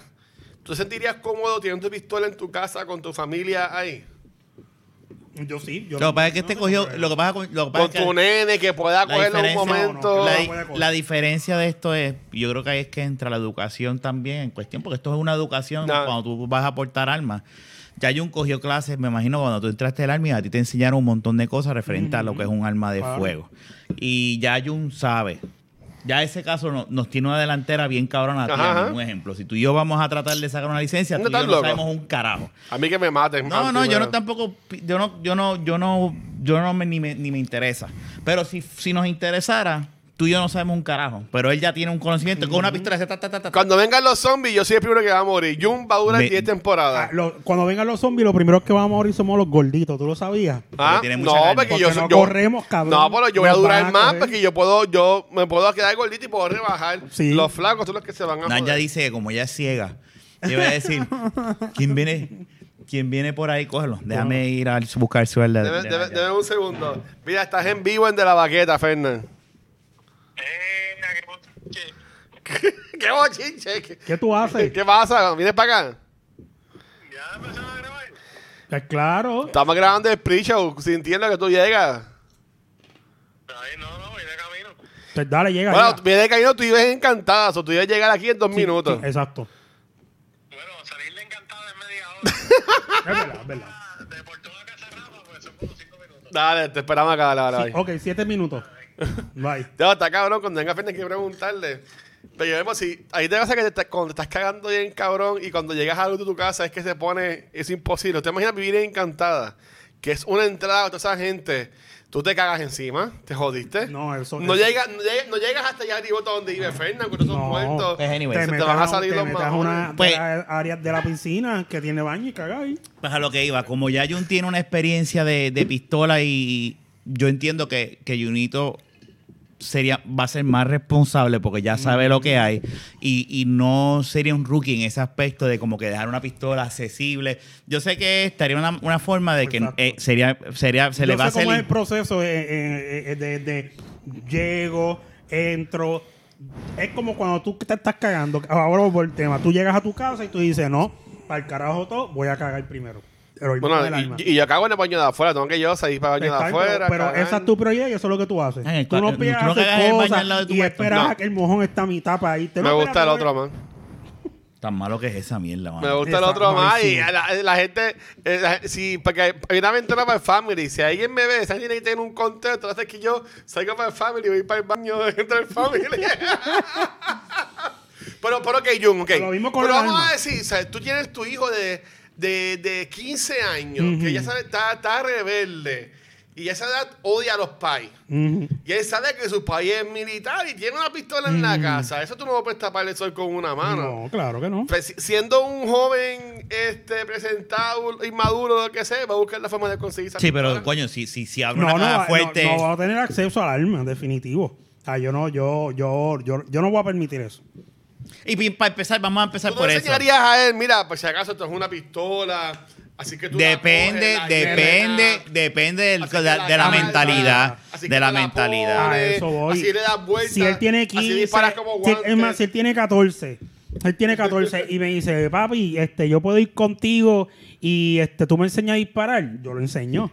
¿tú te sentirías cómodo teniendo tu pistola en tu casa con tu familia ahí? Yo sí. Yo Lo que pasa es que no este tengo cogió. Ah. problema. Lo que pasa con. Lo que pasa es Con Pues que- tu nene que pueda la cogerlo en un diferencia- momento. No, la, no, di- puede coger. la diferencia de esto es, yo creo que ahí es que entra la educación también en cuestión, porque esto es una educación No. cuando tú vas a aportar armas. Ya un cogió clases, me imagino, cuando tú entraste al army, a ti te enseñaron un montón de cosas referente a lo que es un arma de Claro. fuego. Y ya Jun sabe. Ya ese caso no- nos tiene una delantera bien cabrona. a ti, Ajá, a mí. ajá. Un ejemplo, si tú y yo vamos a tratar de sacar una licencia, No tú y yo estás no loco. sabemos un carajo. A mí que me maten. No, man, no, yo primero. no tampoco, pi- yo no, yo no, yo no, yo no me, ni, me, ni me interesa. Pero si, si nos interesara, tú y yo no sabemos un carajo. Pero él ya tiene un conocimiento con una pistola. ta, ta, ta, ta, ta. Cuando vengan los zombies, yo soy el primero que va a morir. Jun va a durar Me- 10 Ah, temporadas. lo- cuando vengan los zombies, lo primero que vamos a morir somos los gorditos. ¿Tú lo sabías? Ah, tiene mucha no, carne. porque yo, Porque no yo- corremos, cabrón. No, pero yo voy a Nos durar van a más coger. porque yo puedo, yo me puedo quedar gordito y puedo rebajar. Sí. Los flacos son los que se van a Naya joder. dice que como ella es ciega, yo voy a decir, ¿quién viene, quién viene por ahí? Cógelo. Déjame ir a buscar el sueldo. de- Deme, de deme- Naya. deme un segundo. Mira, estás en vivo en De La Baqueta, Fernan. Eh, qué bochinche. ¡Qué bochinche! ¿Qué, ¿Qué tú (laughs) haces? qué pasa? ¿Vienes para acá? Ya empezaron a grabar. Pues claro. Estamos grabando el pre-show sin ti en lo que tú llegas. Ay, no, no, voy de camino. Pues dale, (laughs) llega. Bueno, llega. vienes de camino, tú ibas encantada. O tú ibas a llegar aquí en dos Sí, minutos. sí, exacto. Bueno, salirle encantado en media hora. Es verdad, es verdad. Ah, De por toda casa Rafa, pues son como cinco minutos. Dale, te esperamos acá. Dale, dale, Sí, bye. ok, siete minutos. Bye. Ya, está cabrón, cuando venga Fernández hay que preguntarle. Pero yo vemos si. Ahí te pasa que te estás- cuando te estás cagando bien, cabrón, y cuando llegas a luz de tu casa es que se pone. Es imposible. ¿Te imaginas vivir en encantada? Que es una entrada a toda esa gente. Tú te cagas encima, te jodiste. No, eso- No, eso- llegas, no, llegas, no llegas hasta allá arriba donde vive Fernández, cuando son No. muertos. Pues, anyway, se te metas van a un- salir te los metas mamones. una de Pues- las áreas de la piscina que tiene baño y cagáis. Pues a lo que iba, como ya Jun tiene una experiencia de, de pistola y yo entiendo que, que Junito sería, va a ser más responsable porque ya sabe lo que hay y, y no sería un rookie en ese aspecto de como que dejar una pistola accesible. Yo sé que estaría una, una forma de que Exacto. eh, sería, sería, se Yo le va a sé cómo es el hacer... proceso eh, eh, eh, de, de- llego, entro. Es como cuando tú te estás cagando. Ahora voy por el tema. Tú llegas a tu casa y tú dices, no, para el carajo todo, voy a cagar primero. Pero hoy me da el Bueno, alma. y, y yo cago en el baño de afuera, tengo que yo salir para el baño de Está bien, afuera. pero pero cagar. esa es tu prioridad y eso es lo que tú haces. En el Tú cua- no Eh, tú pierdas no hacer cagas el baño cosas al lado de tu y cuarto. esperas No. a que el mojón está a mitad para irte. Me No, gusta el espérate, otro, voy- man. Tan malo que es esa mierda, mano. Me gusta el Esa, otro más. Y malísimo. a la, la gente, eh, la- si, porque hay- hay una ventana para el family. Si alguien me ve, si alguien ahí tiene un contexto, hace que yo salgo para el family y voy para el baño (laughs) dentro del family. pero, pero, ok, Jun, ok. Lo mismo con pero el vamos alma. a decir, o sea, tú tienes tu hijo de, de, de 15 años, que ya sabe, está, está rebelde. Y a esa edad odia a los pais. Ujú. Y él sabe que su país es militar y tiene una pistola en la casa. Eso tú no puedes tapar el sol con una mano. No, claro que no. Pues, si- siendo un joven este presentado, inmaduro, lo que sea, va a buscar la forma de conseguir esa Sí, pero pistola. coño, si, si, si abre No, una no, caja va- fuerte... no, no va a tener acceso al arma, definitivo. Ah, yo no, yo, yo, yo, yo no voy a permitir eso. Y para empezar, vamos a empezar ¿Tú por le eso. enseñarías a él, mira, por si acaso esto es una pistola, así que tú la Depende, coges, la depende, llenas, depende del- así de, que la, de la guardas, mentalidad. así De que la la mentalidad. A pones, eso voy. Así le das vuelta. Si él tiene Así 15. disparas como si- guantes. es más, si él tiene 14. Él tiene 14 y me dice, papi, este, yo puedo ir contigo y este, tú me enseñas a disparar. Yo lo enseño.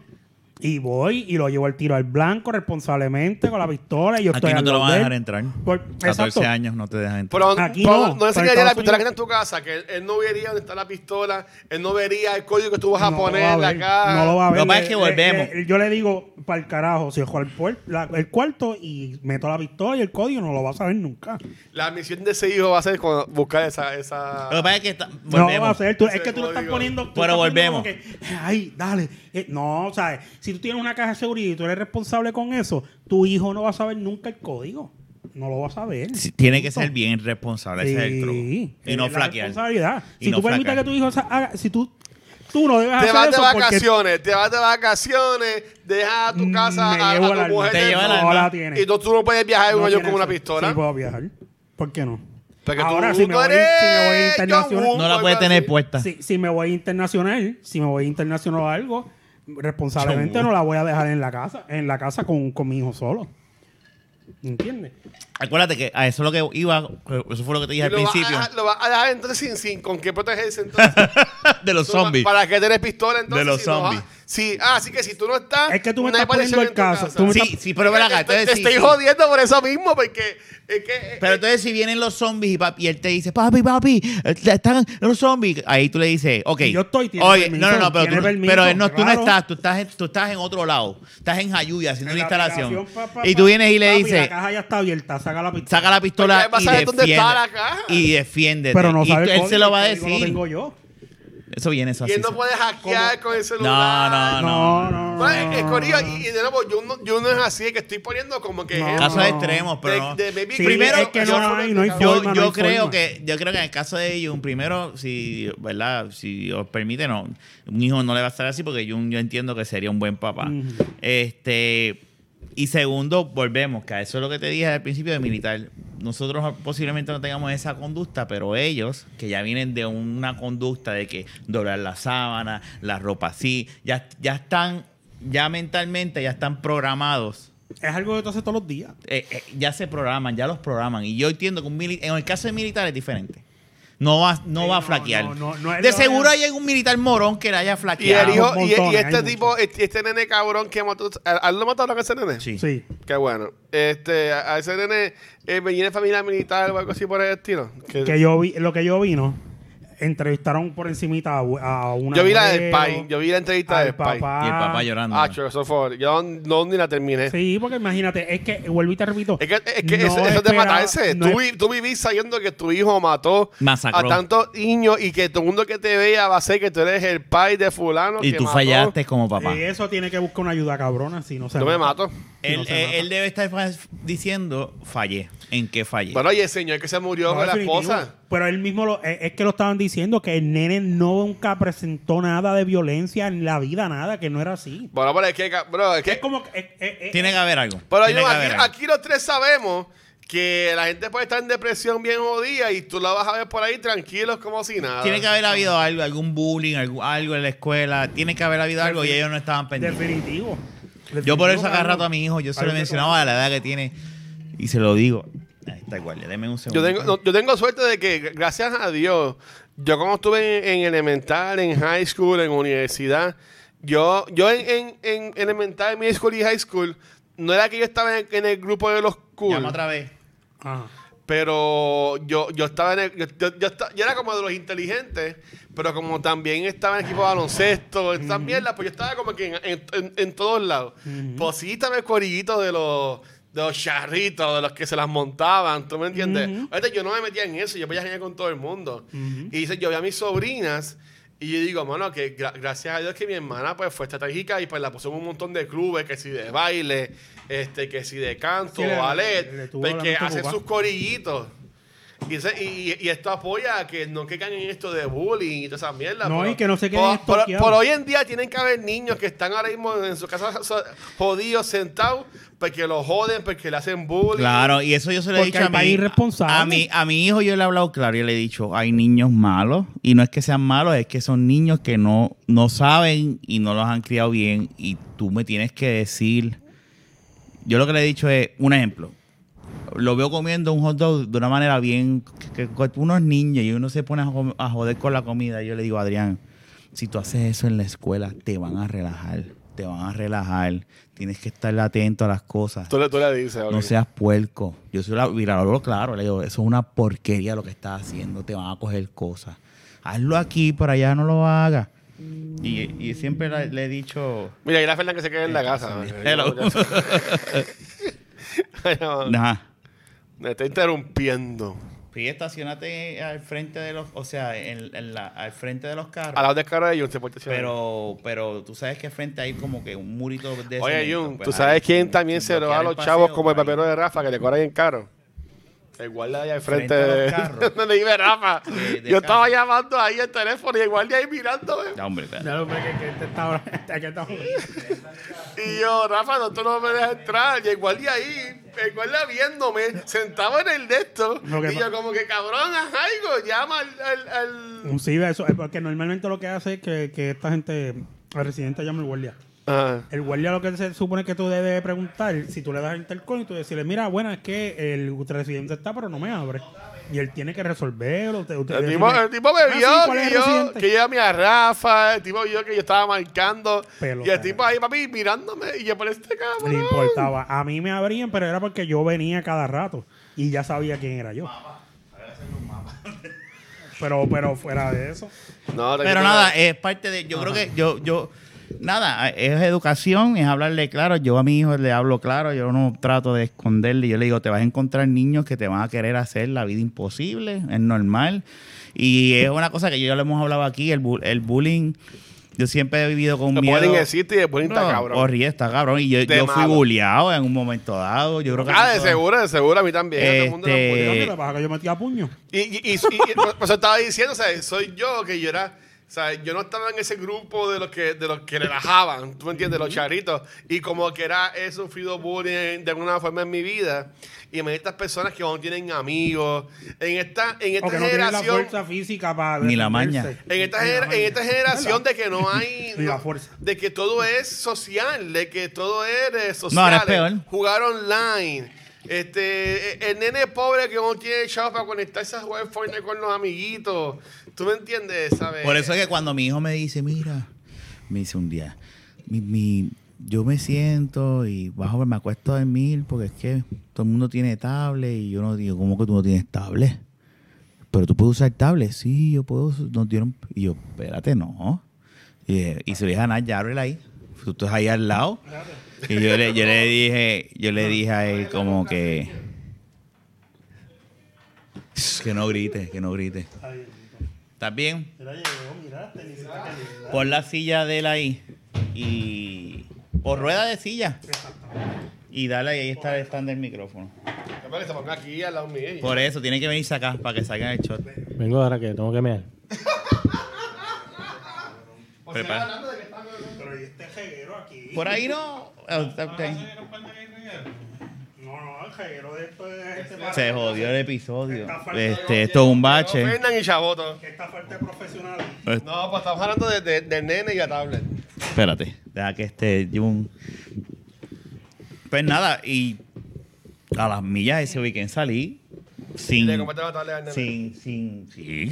Y voy y lo llevo al tiro al blanco responsablemente con la pistola. Y yo Aquí estoy no al te lo lado van a de dejar él. entrar. Por- 14 exacto. años no te dejan entrar. Pero, Aquí pero no, no, pero enseñaría Estados la pistola que Unidos- tiene en tu casa, que él, él no vería dónde está la pistola, él no vería el código que tú vas a No lo poner va a en la ver, caja. No lo va a Lo ver. que pasa es Le- que le- volvemos. le- yo le digo, para el carajo, si ojo al puer- la- el cuarto y meto la pistola y el código, no lo va a saber nunca. La misión de ese hijo va a ser con- buscar esa... esa... Lo que pasa es que está- No volvemos. va a ser. tú- es Ese que tú lo estás código. poniendo. tú Pero estás volvemos. poniendo como que, Ay, dale. Eh, no, o sea, si tú tienes una caja de seguridad y tú eres responsable con eso, tu hijo no va a saber nunca el código. No lo va a saber. Sí, Tiene que ser bien responsable. Ese es el truco. Sí, Y no es la flaquear. responsabilidad. Y Si no tú permites flaquear. que tu hijo sa- haga. Si tú. Tú no debes Te hacer vas de eso porque Mm, vacaciones, te vas de vacaciones, dejas a tu casa Me a, a llevo tu el alma. mujer Te de- lleva el no alma. la tiene. y tú, tú no puedes viajar en un No avión tiene con una acceso. pistola. pues, Sí, puedo viajar. ¿Por qué no? Porque Ahora, tú si me, no voy, si eres me voy John Woo. internacional, No la puede tener puesta. si, si me voy internacional, si me voy internacional o algo, responsablemente Chau. no la voy a dejar en la casa, en la casa con, con mi hijo solo. ¿Entiendes? Acuérdate que a eso es lo que iba. Eso fue lo que te dije Y al lo, vas a principio. dejar- lo vas a dejar entonces sin, sin con (laughs) qué protegerse entonces. De los Tú, pa- zombies. ¿Para qué tener pistola entonces? De los si no vas- zombies. sí, ah, así que si tú no estás. Es que tú me no hay estás poniendo aparición el en tu caso, casa. tú me- Sí, sí, pero ven acá. Te- te, Entonces, sí, estoy sí. jodiendo por eso mismo, porque. Es que, eh, Pero eh, entonces si vienen los zombies y, papi, y él te dice, papi, papi, este, están los zombies, ahí tú le dices, ok. Y yo estoy, tiene oye, permiso, no, no, no, pero, tiene tú, permiso, pero él no, tú no claro. estás, tú estás, en, tú estás en otro lado, estás en Jayuya haciendo En una la instalación. aplicación, pa, pa, y tú pa, vienes y le papi, dices, La caja ya está abierta, saca la pistola. saca la Porque pistola él va a y saber dónde defiende. está la caja. Y defiende. Pero no sabe el él se código, lo va a el código Lo decir. tengo yo. Eso viene, eso y así. él no se- puede hackear con el no, celular. no, no. No, no. Bueno, es- es no, corillo, no. y, y de nuevo, yo no, yo no es así, es que estoy poniendo como que. No. ejemplo Casos no. extremos, pero de- este, no. de baby Sí, Primero, es que yo- no, hay, no hay yo, forma, no yo hay creo forma. que yo creo que en el caso de Jun primero si verdad si os permite no un hijo no le va a estar así porque Jun yo entiendo que sería un buen papá Ujú. este y segundo volvemos que a eso es lo que te dije al principio de militar nosotros posiblemente no tengamos esa conducta pero ellos que ya vienen de una conducta de que doblar la sábana la ropa así ya ya están ya mentalmente ya están programados Es algo que tú haces todos los días. eh, eh, ya se programan, ya los programan. Y yo entiendo que un mili- en el caso de militar es diferente. No va, no Sí, va a no, flaquear. no, no, no es de lo- seguro hay algún militar morón que le haya Y el flaqueado. Hay hijo, y, y montones, este hay tipo, muchos. este, este nene cabrón que mató. ¿A él lo mataron a ese nene? Sí. Sí. Qué bueno. Este, a a ese nene eh, venía de familia militar o algo así por el estilo. Que- que yo vi, lo que yo vi, ¿no? Entrevistaron por encimita a, a una. yo vi la del del Spy. Yo vi la entrevista del Y Spy. el papá llorando. Ah, chulo, eso fue. Yo no, no ni la terminé. Sí, porque imagínate, es que, vuelvo y te repito. Es que, es que no eso, eso es de esperaba- matarse. no tú, es- vi- tú vivís sabiendo que tu hijo mató Masacró. a tantos niños y que todo el mundo que te vea va a ser que tú eres el pai de fulano. y que tú mató. fallaste como papá. y eso tiene que buscar una ayuda cabrona, si no se Yo me mata. mato. él, no se él- mata. él debe estar fa- diciendo, fallé. ¿En qué fallé? Bueno, y el señor que se murió No, con la definitivo. esposa. Pero él mismo lo, e, es, es que lo estaban diciendo que el nene nunca presentó nada de violencia en la vida, nada, que no era así. Bueno, pero es que, bro, es que Es como que- es- es- es- Tiene que haber algo. Pero Tiene yo, que aquí, haber algo. aquí los tres sabemos que la gente puede estar en depresión bien jodida y tú la vas a ver por ahí tranquilos como si nada. Tiene que haber habido algo, algún bullying, algo, algo en la escuela. Tiene que haber habido algo y ellos no estaban pendientes. definitivo. Yo por eso Definitivo, cada Carlos. rato a mi hijo, yo se lo Ahí está mencionaba a la edad que tiene y se lo digo. Ahí está igual, deme un segundo. yo, tengo, no, yo tengo suerte de que, gracias a Dios, yo como estuve en, en elemental, en high school, en universidad, yo, yo en, en, en elemental, en mi school y high school, no era que yo estaba en, en el grupo de los cool. Llama otra vez. Ajá. Pero yo, yo estaba en el- yo, yo- yo esta- yo era como de los inteligentes, pero como también estaba en equipo de baloncesto, estas mierdas, pues yo estaba como que en, en- en- en todos lados. Pues sí estaba el corillito de los, de los charritos, de los que se las montaban, ¿tú me entiendes? Ahorita yo no me metía en eso, yo me llegué con todo el mundo. Y dice, yo vi a mis sobrinas y yo digo, mano, que gra- gracias a Dios que mi hermana pues fue estratégica y pues la puso en un montón de clubes, que si de baile, este, que si de canto, Sí, le- ballet, le- le tuvo pues, la que mente hacen ocupada. sus corillitos. Y, ese- y- y- y esto apoya a que no que caigan en esto de bullying y todas esas mierdas. No, pero- y que no se queden por- por, estoqueados. por hoy en día tienen que haber niños que están ahora mismo en su casa so- jodidos, sentados, porque los joden, porque le hacen bullying. Claro, y eso yo se lo he Porque dicho hay a mi, país responsable. a mi a mi hijo yo le he hablado claro, yo le he dicho, hay niños malos y no es que sean malos, es que son niños que no no saben y no los han criado bien y tú me tienes que decir yo lo que le he dicho es un ejemplo. Lo veo comiendo un hot dog de una manera bien que, que uno es niño y uno se pone a jo- a joder con la comida, yo le digo, Adrián, si tú haces eso en la escuela te van a relajar, te van a relajar, tienes que estar atento a las cosas. Tú le, tú le dices, ok. No seas puerco. Yo soy la mira, lo hablo claro, le digo, eso es una porquería lo que estás haciendo, te van a coger cosas. Hazlo aquí, por allá no lo hagas. Y, y siempre la- le he dicho, Mira, y la Fernan que se queda en la casa. man. hello. (laughs) Ay, no, Ajá. Me está interrumpiendo. Pues estacionate al frente de los, o sea, en, en la, al frente de los A carros. la de cara de Jun se puede estacionar. Pero, pero tú sabes que frente hay como que un murito de Oye, cemento, Jun, pues, ¿tú ahí, sabes quién si también se lo va a bloquear los el chavos paseo, como el pues, ahí. papelón de Rafa, que le cobran bien caro? El guardia allá al frente, Frente a los de... carros. (laughs) donde vive Rafa. De- de Yo estaba carro. llamando ahí el teléfono y el guardia ahí mirándome. Ya, hombre, espérate. Ya lo ve que, que este está ahora. (laughs) este aquí está- Y yo, Rafa, no, tú no me dejas entrar. Y el guardia ahí, el guardia viéndome, sentado en el de esto. Lo que Y pa- yo como que, cabrón, haz algo, llama al... al, al- Un Sí, eso es porque normalmente lo que hace es que, que esta gente, el residente llama al guardia. Ah. El guardia lo que se supone que tú debes preguntar, si tú le das el intercón y tú decirle, mira, bueno, es que el residente está, pero no me abre. Y él tiene que resolverlo. Usted, usted El decirle, tipo, el tipo me "Ah, sí, vio ¿cuál es que, el yo, residente?". que yo llamé a Rafa, el tipo vio que yo estaba marcando. Pelota. y el tipo ahí, papi, mirándome. Y yo por este cabrón. le importaba. A mí me abrían, pero era porque yo venía cada rato y ya sabía quién era yo. Pero, pero fuera de eso. No, te- Pero nada, es parte de. Yo creo que yo, yo, nada, es educación, es hablarle claro. Yo a mi hijo le hablo claro, yo no trato de esconderle. Yo le digo, te vas a encontrar niños que te van a querer hacer la vida imposible, es normal. Y es una cosa que yo ya lo hemos hablado aquí, el, bu- el bullying. Yo siempre he vivido con El miedo. bullying existe y el bullying está No, cabrón. horrible, está cabrón. Y yo, De yo fui malo. bulleado en un momento dado. Yo creo que Ah, de nosotros- seguro, de seguro, a mí también. Todo el mundo nos Este- bulleaba. ¿Dónde la pasa que yo metía puño? Y, y, y, y- y- por eso estaba diciendo, o sea, soy yo que yo era, o sea, yo no estaba en ese grupo de los que, de los que relajaban, tú me entiendes, los charritos. Y como que era, he sufrido bullying de alguna forma en mi vida. Y en estas personas que no tienen amigos, en esta, en esta Porque no tiene la generación. fuerza física para. Ni la maña. defenderse. En esta, Ni la gener- maña. en esta generación de que no hay. Ni la no- fuerza. De que todo es social, de que todo es eh, social. ahora es peor. Jugar online. Este, eh, el nene pobre que no tiene chavos para conectarse a jugar Fortnite con los amiguitos. ¿Tú me entiendes? ¿Sabes? Por eso es que cuando mi hijo me dice, mira, me dice un día, mi, mi- yo me siento y bajo, me acuesto a dormir porque es que todo el mundo tiene tablet y yo no digo, ¿cómo que tú no tienes tablet? Pero tú puedes usar tablet. Sí, yo puedo. us- Nos dieron. Y yo, espérate, no. Y, eh, y se lo dije a Nat, ya ábrela ahí. Tú estás ahí al lado. Y yo le, yo le dije, yo le dije a él como que. Que no grite, que no grite. ¿Estás bien? Pon la silla de él ahí. Y. O rueda de silla. Y dale ahí, ahí está el stand del micrófono. Espera que se ponga aquí al lado mío. Por eso, tiene que venirse acá para que salga el shot. Vengo ahora que tengo que mear. Prepara. Pero ¿y este jeguero aquí? Por ahí no. eh, Ok. No, no, el jeguero de esto es este para- Se jodió el episodio. Está falta de Este, esto es un bache. Fernan y Chaboto. Esta falta de profesional. No, pues estamos hablando de, de- del nene y la tablet. Espérate. Deja que este Jun. Pues nada, y a las millas ese weekend salí. Y Sin. le compraste la tablet al nene. Sin, sin. Sí.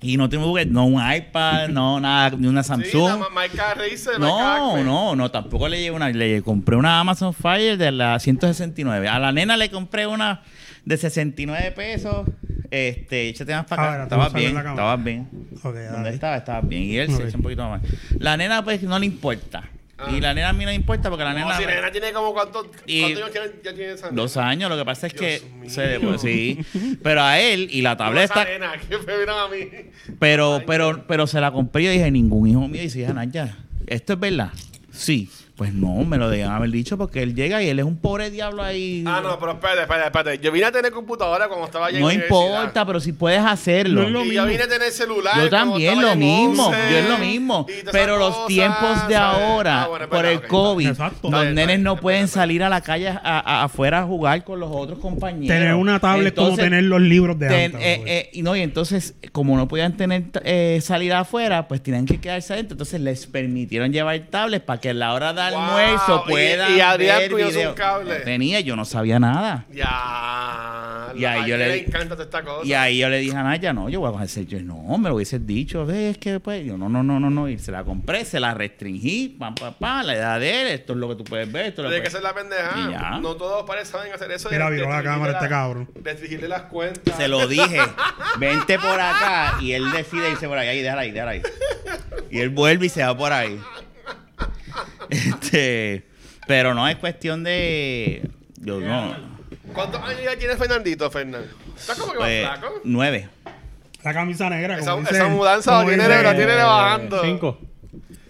Y no tengo que- no un iPad, no nada, ni una Sí, Samsung. la ma- marca Razer, marca No, Acme. no, no, tampoco le llevo una. Le compré una Amazon Fire de la 169. A la nena le compré una de 69 pesos. Este, échate más para Ah, acá. bueno, tú Estabas sabes bien, la cámara. estabas bien. Ok, ¿Dónde dale. estaba? Estabas bien. Y él Ok. se echa un poquito más. La nena, pues, no le importa. Y la nena a mí no le importa porque la Ah. No, nena. si la nena tiene como cuántos Y- cuántos años tiene- ya tiene esa nena? Dos años, lo que pasa es que. Dios se le- mío. sí. Pero a él y la tableta. Arena, (laughs) que me miran a mí. Pero, pero, pero se la compré y yo dije, ningún hijo mío. Y dice, ya, Naya, esto es verdad. Sí. Pues no, me lo debían haber dicho porque él llega y él es un pobre diablo ahí. Ah, no, pero espérate, espérate, espérate. Yo vine a tener computadora cuando estaba allá en No la universidad. importa, pero si puedes hacerlo. No es lo Y mismo. yo vine a tener celular. Yo cuando también estaba lo en mismo, once, yo es lo mismo. y todas Pero esas los cosas, tiempos de ¿sabes? ahora, Ah, bueno, espera, por el ok, está bien. COVID, Exacto. los Está bien, está nenes bien, no está pueden bien. salir a la calle a- a- afuera a jugar con los otros compañeros. Tener una tablet como Entonces, tener los libros de ten- antes. pues. eh, brother. eh, y no, y entonces, como no podían tener eh, salir afuera, pues tenían que quedarse adentro. Entonces les permitieron llevar tablets para que a la hora de Wow, almuerzo y- puedan. y Adrián ver cuidó su video. cable. Tenía, yo no sabía nada. Ya. Y ahí a yo él le- encanta toda esta cosa. Y ahí yo le dije a Naya, no, yo voy a coger yo, no, me lo hubieses dicho, ve, es que pues, yo no, no, no, no, no, y se la compré, se la restringí, pam, pam, pam, la edad de él, esto es lo que tú puedes ver, esto es lo Tiene que que ser la pues, Y ya. pendeja. No todos los padres saben hacer eso. Mira, viró la Restringirle cámara la- este cabrón. Restringirle las cuentas. Se lo dije, vente por acá, y él decide irse por ahí, y déjala ahí, déjala ahí. Y él vuelve y se va por ahí. Este, pero no, es cuestión de, yo no, ¿Cuántos años ya tiene Fernandito, Fernando? ¿Estás como que más pues, flaco? nueve. La camisa negra. Esa, como esa dice- mudanza como eh, la tiene, dice- la tiene bajando. Cinco.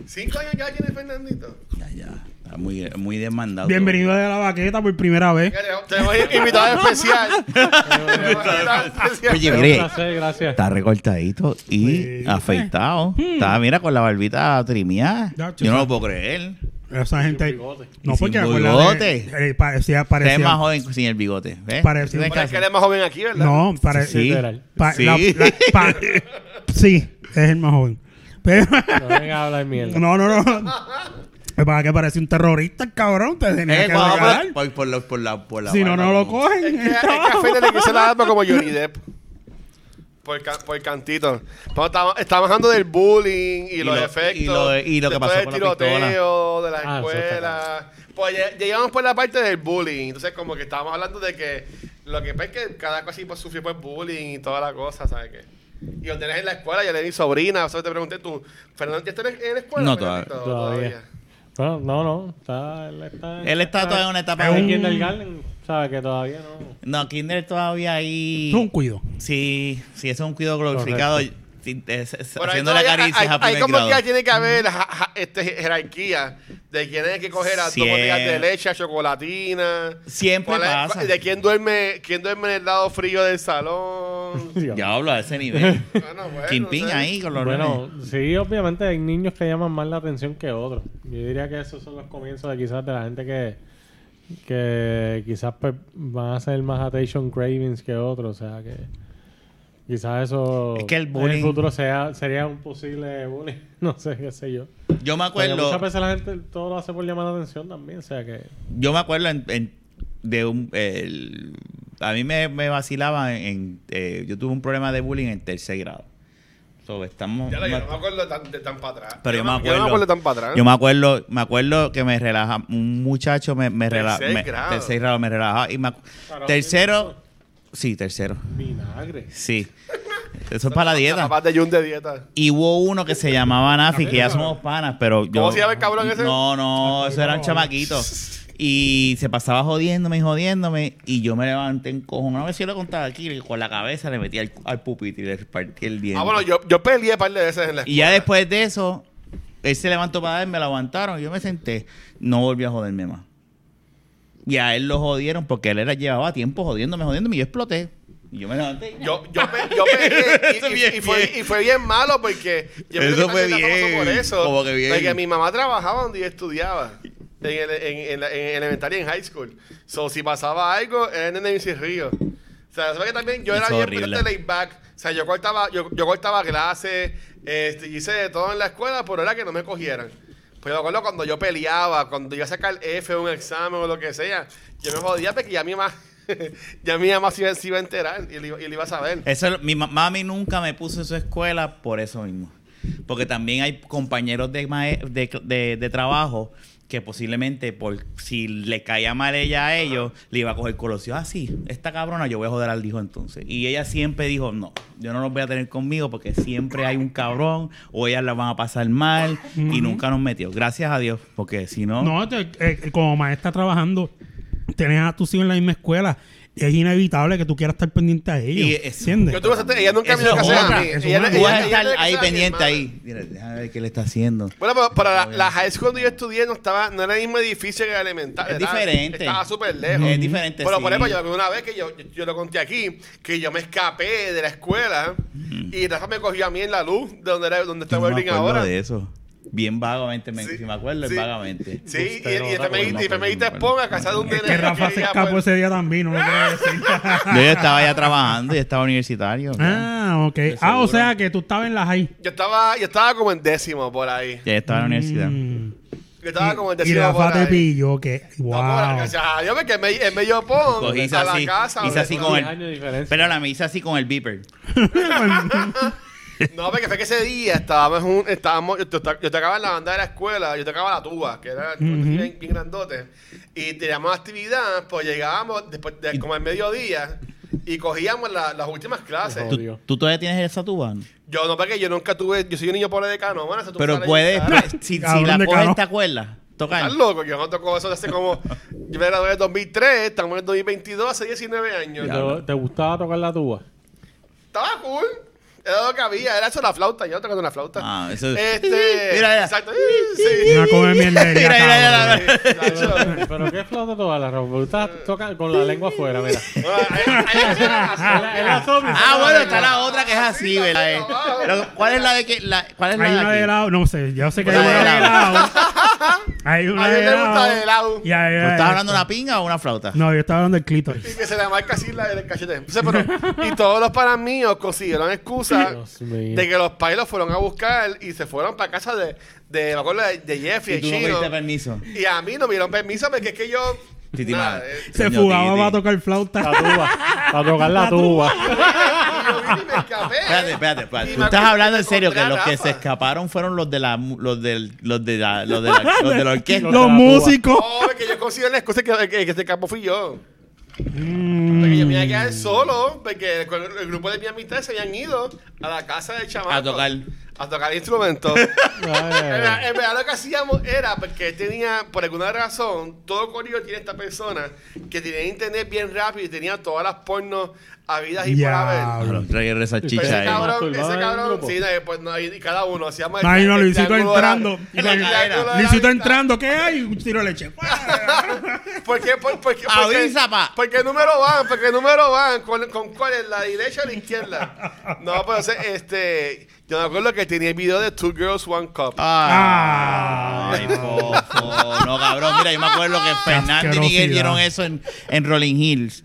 ¿Cinco años ya tiene Fernandito? Ya, ya, está muy, muy demandado. Bienvenido de la baqueta por primera vez. Tenemos- Tenemos (laughs) invitado especial. Tenemos invitado especial. Oye, Un mire, placer, Ah, gracias. Está recortadito y Sí. Hmm. afeitado. Está, mira, con la barbita trimiada. Ya, Yo no chico. lo puedo creer. Esa gente. No, Y sin porque bigote. acuérdate, eh, parecía, Usted es parecía, más joven sin el bigote. ¿ves? Parece- Usted es Bueno, es casi- que eres más joven aquí, ¿verdad? No, para, Sí. Literal. pa- Sí. la- la- (laughs) pa- sí, es el más joven. Pero, No vengas a hablar mierda. no, no, no. Es (laughs) para que parece un terrorista, el cabrón. Te tenía Eh, que vamos, regalar. por, por la, por la, por la Si no, barba, no lo como- cogen. Es que, el es que a (laughs) trabajo. Fede le quiso la alma como Johnny Depp. Por, ca- por cantito. Pero estamos, estamos hablando del bullying y, Y los lo- efectos. y lo- y lo que de pasó todo el con la tiroteo, de las Ah, eso está escuelas. Pues ya- llegamos por la parte del bullying. Entonces, como que estábamos hablando de que lo que pasa es que cada cosa pues, sufrió pues bullying y toda la cosa, ¿sabes qué? Y lo tenés en la escuela, ya le di sobrina, o sea, te pregunté tú, Fernando, ¿ya estás en en la escuela? No, Fernandito? Todavía. No, no, no. Está, él está, Él está todavía en una etapa. de de- kindergarten, ¿sabes? Que todavía no. No, Kinder todavía ahí. Son un cuido. Sí, sí, eso es un cuidado glorificado. sí, es- es- Pero ahí haciendo la todavía caricia hay- a hay, primer como que grado. ya tiene que haber ja- ja- este, jerarquía de quién es que coger a Siem- dos botellas de leche, chocolatina. Siempre cuál es- pasa. De quién duerme, quién duerme en el lado frío (laughs) del salón. Ya hablo (laughs) a ese nivel. Bueno, bueno, Quintín no sé. ahí con los nenes. Bueno, sí, obviamente hay niños que llaman más la atención que otros. Yo diría que esos son los comienzos de quizás de la gente que, que quizás pues, van a ser más attention cravings que otros. O sea, que quizás eso Es que el en bullying- el futuro sea, sería un posible bullying. (laughs) No sé, qué sé yo. Yo me Porque acuerdo. muchas veces la gente todo lo hace por llamar la atención también. O sea, que Yo me acuerdo en- en- de un... el- a mí me, me vacilaban en... eh, yo tuve un problema de bullying en tercer grado. So, estamos, Ya lo- yo no me acuerdo tan, de tan para atrás. pero yo me acuerdo, Yo no me acuerdo tan para atrás. Yo me acuerdo, me acuerdo que me relaja un muchacho me, me relaja Tercer grado. tercer grado me relajaba y me acu- Claro, tercero sí, tercero. vinagre. Sí. (laughs) Eso es para la dieta. Capaz de Jun de dieta. Ah, Y hubo uno que se llamaba Nafi, que ya somos panas, pero yo. ¿Cómo se llama el cabrón ese? No, no, eso eran chamaquitos. Y se pasaba jodiéndome y jodiéndome. Y yo me levanté en cojón. No sé si lo contaba aquí, y con la cabeza le metí al, al pupitre y le partí el diente. Ah, bueno, yo, yo peleé un par de veces en la escuela. y ya después de eso, él se levantó para darme, me lo aguantaron. Yo me senté. No volvió a joderme más. Y a él lo jodieron porque él era, llevaba tiempo jodiéndome, jodiéndome. Y yo exploté. Y yo me levanté. y- Yo, yo, pe- yo (laughs) peleé Eso es y- y, bien y fue, bien. y fue bien malo porque yo creo que Eso fue también era famoso bien, Por eso, como que bien. Porque mi mamá trabajaba donde yo estudiaba. En, el, en, en, la- en elemental y en high school. So, si pasaba algo, era en el Nancy Río. O sea, ¿sabes que también yo Eso era bien horrible. bastante laid back. O sea, yo cortaba, yo, yo cortaba clases, este, hice de todo en la escuela, pero era que no me cogieran. Pues yo me acuerdo cuando yo peleaba, cuando iba a sacar F en un examen o lo que sea, yo me jodía porque ya mi mamá, (laughs) ya mi mamá se iba, se iba a enterar y le iba- y le iba a saber. Eso, lo- mi ma- mami nunca me puso en su escuela por eso mismo. Porque también hay compañeros de, mae- de, de- de trabajo que posiblemente por si le caía mal ella a ellos, le iba a coger colosio. Ah, sí, esta cabrona yo voy a joder al hijo entonces. Y ella siempre dijo, no, yo no los voy a tener conmigo porque siempre hay un cabrón o ellas la van a pasar mal y nunca nos metió. Gracias a Dios, porque si no... No, te- eh, como maestra eh, trabajando, tienes a tus hijos en la misma escuela, es inevitable que tú quieras estar pendiente a ellos. Y es- ¿Entiendes? Yo tuve esa- ella nunca me Eso dio es casada otra. a mí. Eso es Ella- otra. Tú ella- vas a ella estar no ahí dio casada a mi pendiente hermana. ahí. Mira, déjame ver qué le está haciendo. Bueno, pero para la, la high school donde yo estudié no estaba, no era el mismo edificio que la elemental. Es estaba- diferente. Estaba súper lejos. Es diferente, Pero por sí. ejemplo, yo una vez que yo, yo, lo conté aquí, que yo me escapé de la escuela y Rafa me cogió a mí en la luz de donde, era, donde está Yo no me Welding acuerdo ahora. de eso. Bien vagamente, me, Sí, si me acuerdo, es sí. vagamente. Sí, y, Bustero, y después me Rafa, y después me no me diste acuerdo. spon a casa de un Es nene que Rafa se quería, escapó pues, ese día también, no lo quiero decir. Yo ya estaba ya trabajando, ya estaba universitario. ya. ah, ok. Ah, o sea que tú estabas en la high. Yo estaba, yo estaba como en décimo por ahí. Ya estaba en la universidad. Mm. Yo estaba Ah, como en Y décimo por Rafa te ahí. pilló que. No, Wow. por- gracias a Dios, porque me, él me dio pon Cogí, hice a la así, casa. hice hombre, así por con ahí. Diez el- años de diferencia. Pero me hice así con el beeper. No, porque fue que ese día estábamos, en un, estábamos yo, to- yo tocaba en la banda de la escuela, yo tocaba la tuba, que era bien, bien grandote, y teníamos actividad, pues llegábamos después de como al mediodía y cogíamos la- las últimas clases. Ojo. ¿Tú, Odio. tú todavía tienes esa tuba? Yo no, porque yo nunca tuve, yo soy un niño pobre de cano, bueno, esa tuba Pero sale puedes, bien cara. (laughs) si, si Cabrón la de coges, cabrón. ¿te acuerdas? Tocar. Estás loco, yo no toco eso desde como, yo me gradué en 2003, estamos en 2022, hace 19 años. ¿Te, te gustaba tocar la tuba? Estaba cool. Era lo que había, era eso la flauta, yo tocando una flauta. Ah, eso- Este, (laughs) Mira, mira. Exacto. Sí. Una come mierdería. Mira, mira, mira, cabrón. mira. Exacto. (laughs) ¿Pero qué flauta toca la Rafa? Me gusta tocar con la lengua afuera, mira. Bueno, ahí- ahí hace la El- razón. el asombro. Ah, bueno, está la otra que es así, Ah, la ¿verdad? de abajo. Pero, ¿Cuál es la de que la, ¿Cuál es la Hay de una de aquí? helado, no sé, yo sé que hay Una una de de helado. helado. (laughs) Hay una A mí de me gusta de helado. helado. Y hay- ¿Tú estás hablando de una pinga o una flauta? No, yo estaba hablando del Y clítoris. que se le marca así la del cachete. Entonces, pero, y todos los panas míos consiguieron excusas Dios mío. de que los pais los fueron a buscar y se fueron para casa de, de, me acuerdo, de, de Y Jeffrey, el tú no chino. pediste permiso. y a mí no me dieron permiso porque es que yo. Titi nada, madre. eh, Se Coño, fugaba Titi. para tocar flauta. La (laughs) tuba. Para tocar la tuba. yo vine y me escapé. Espérate, espérate, Y espérate. Tú me estás acuerdo hablando que en serio que encontré a los que se Rafa. escaparon fueron los de la los del los de la los de (laughs) la, los de la orquesta. Los Los músicos. No, porque yo considero la excusa que, que, que se escapó fui yo. Porque yo me iba a quedar solo, porque con el, el grupo de mi amistad se habían ido a la casa del chamaco. A tocar. A tocar (laughs) instrumentos. En Ay. verdad- en verdad lo que hacíamos era porque él tenía, por alguna razón, todo corrido tiene esta persona que tenía internet bien rápido y tenía todas las pornos habidas y por haber. Diablo. Los tragué esa Pero chicha eh. ese ahí. cabrón, Masturbaba ese en el cabrón, grupo. sí, no, pues no, ahí- y cada uno hacíamos Ay, no, Luisito triángulo de la- entrando. (laughs) el triángulo de la Luisito amistad. entrando, ¿qué hay? Un tiro de (laughs) leche. ¿Por qué? ¿Por, por qué? por qué- Avisa, pa. ¿Por qué número van? ¿Por qué número van? ¿Con, con cuál es? ¿La derecha o la izquierda? No, pero ese, este... Yo me acuerdo que tenía el video de Two Girls, One Cup. Ah. Ay, fofo. No, cabrón. Mira, yo me acuerdo que Fernando y Miguel asquerosidad. vieron eso en, en Rolling Hills.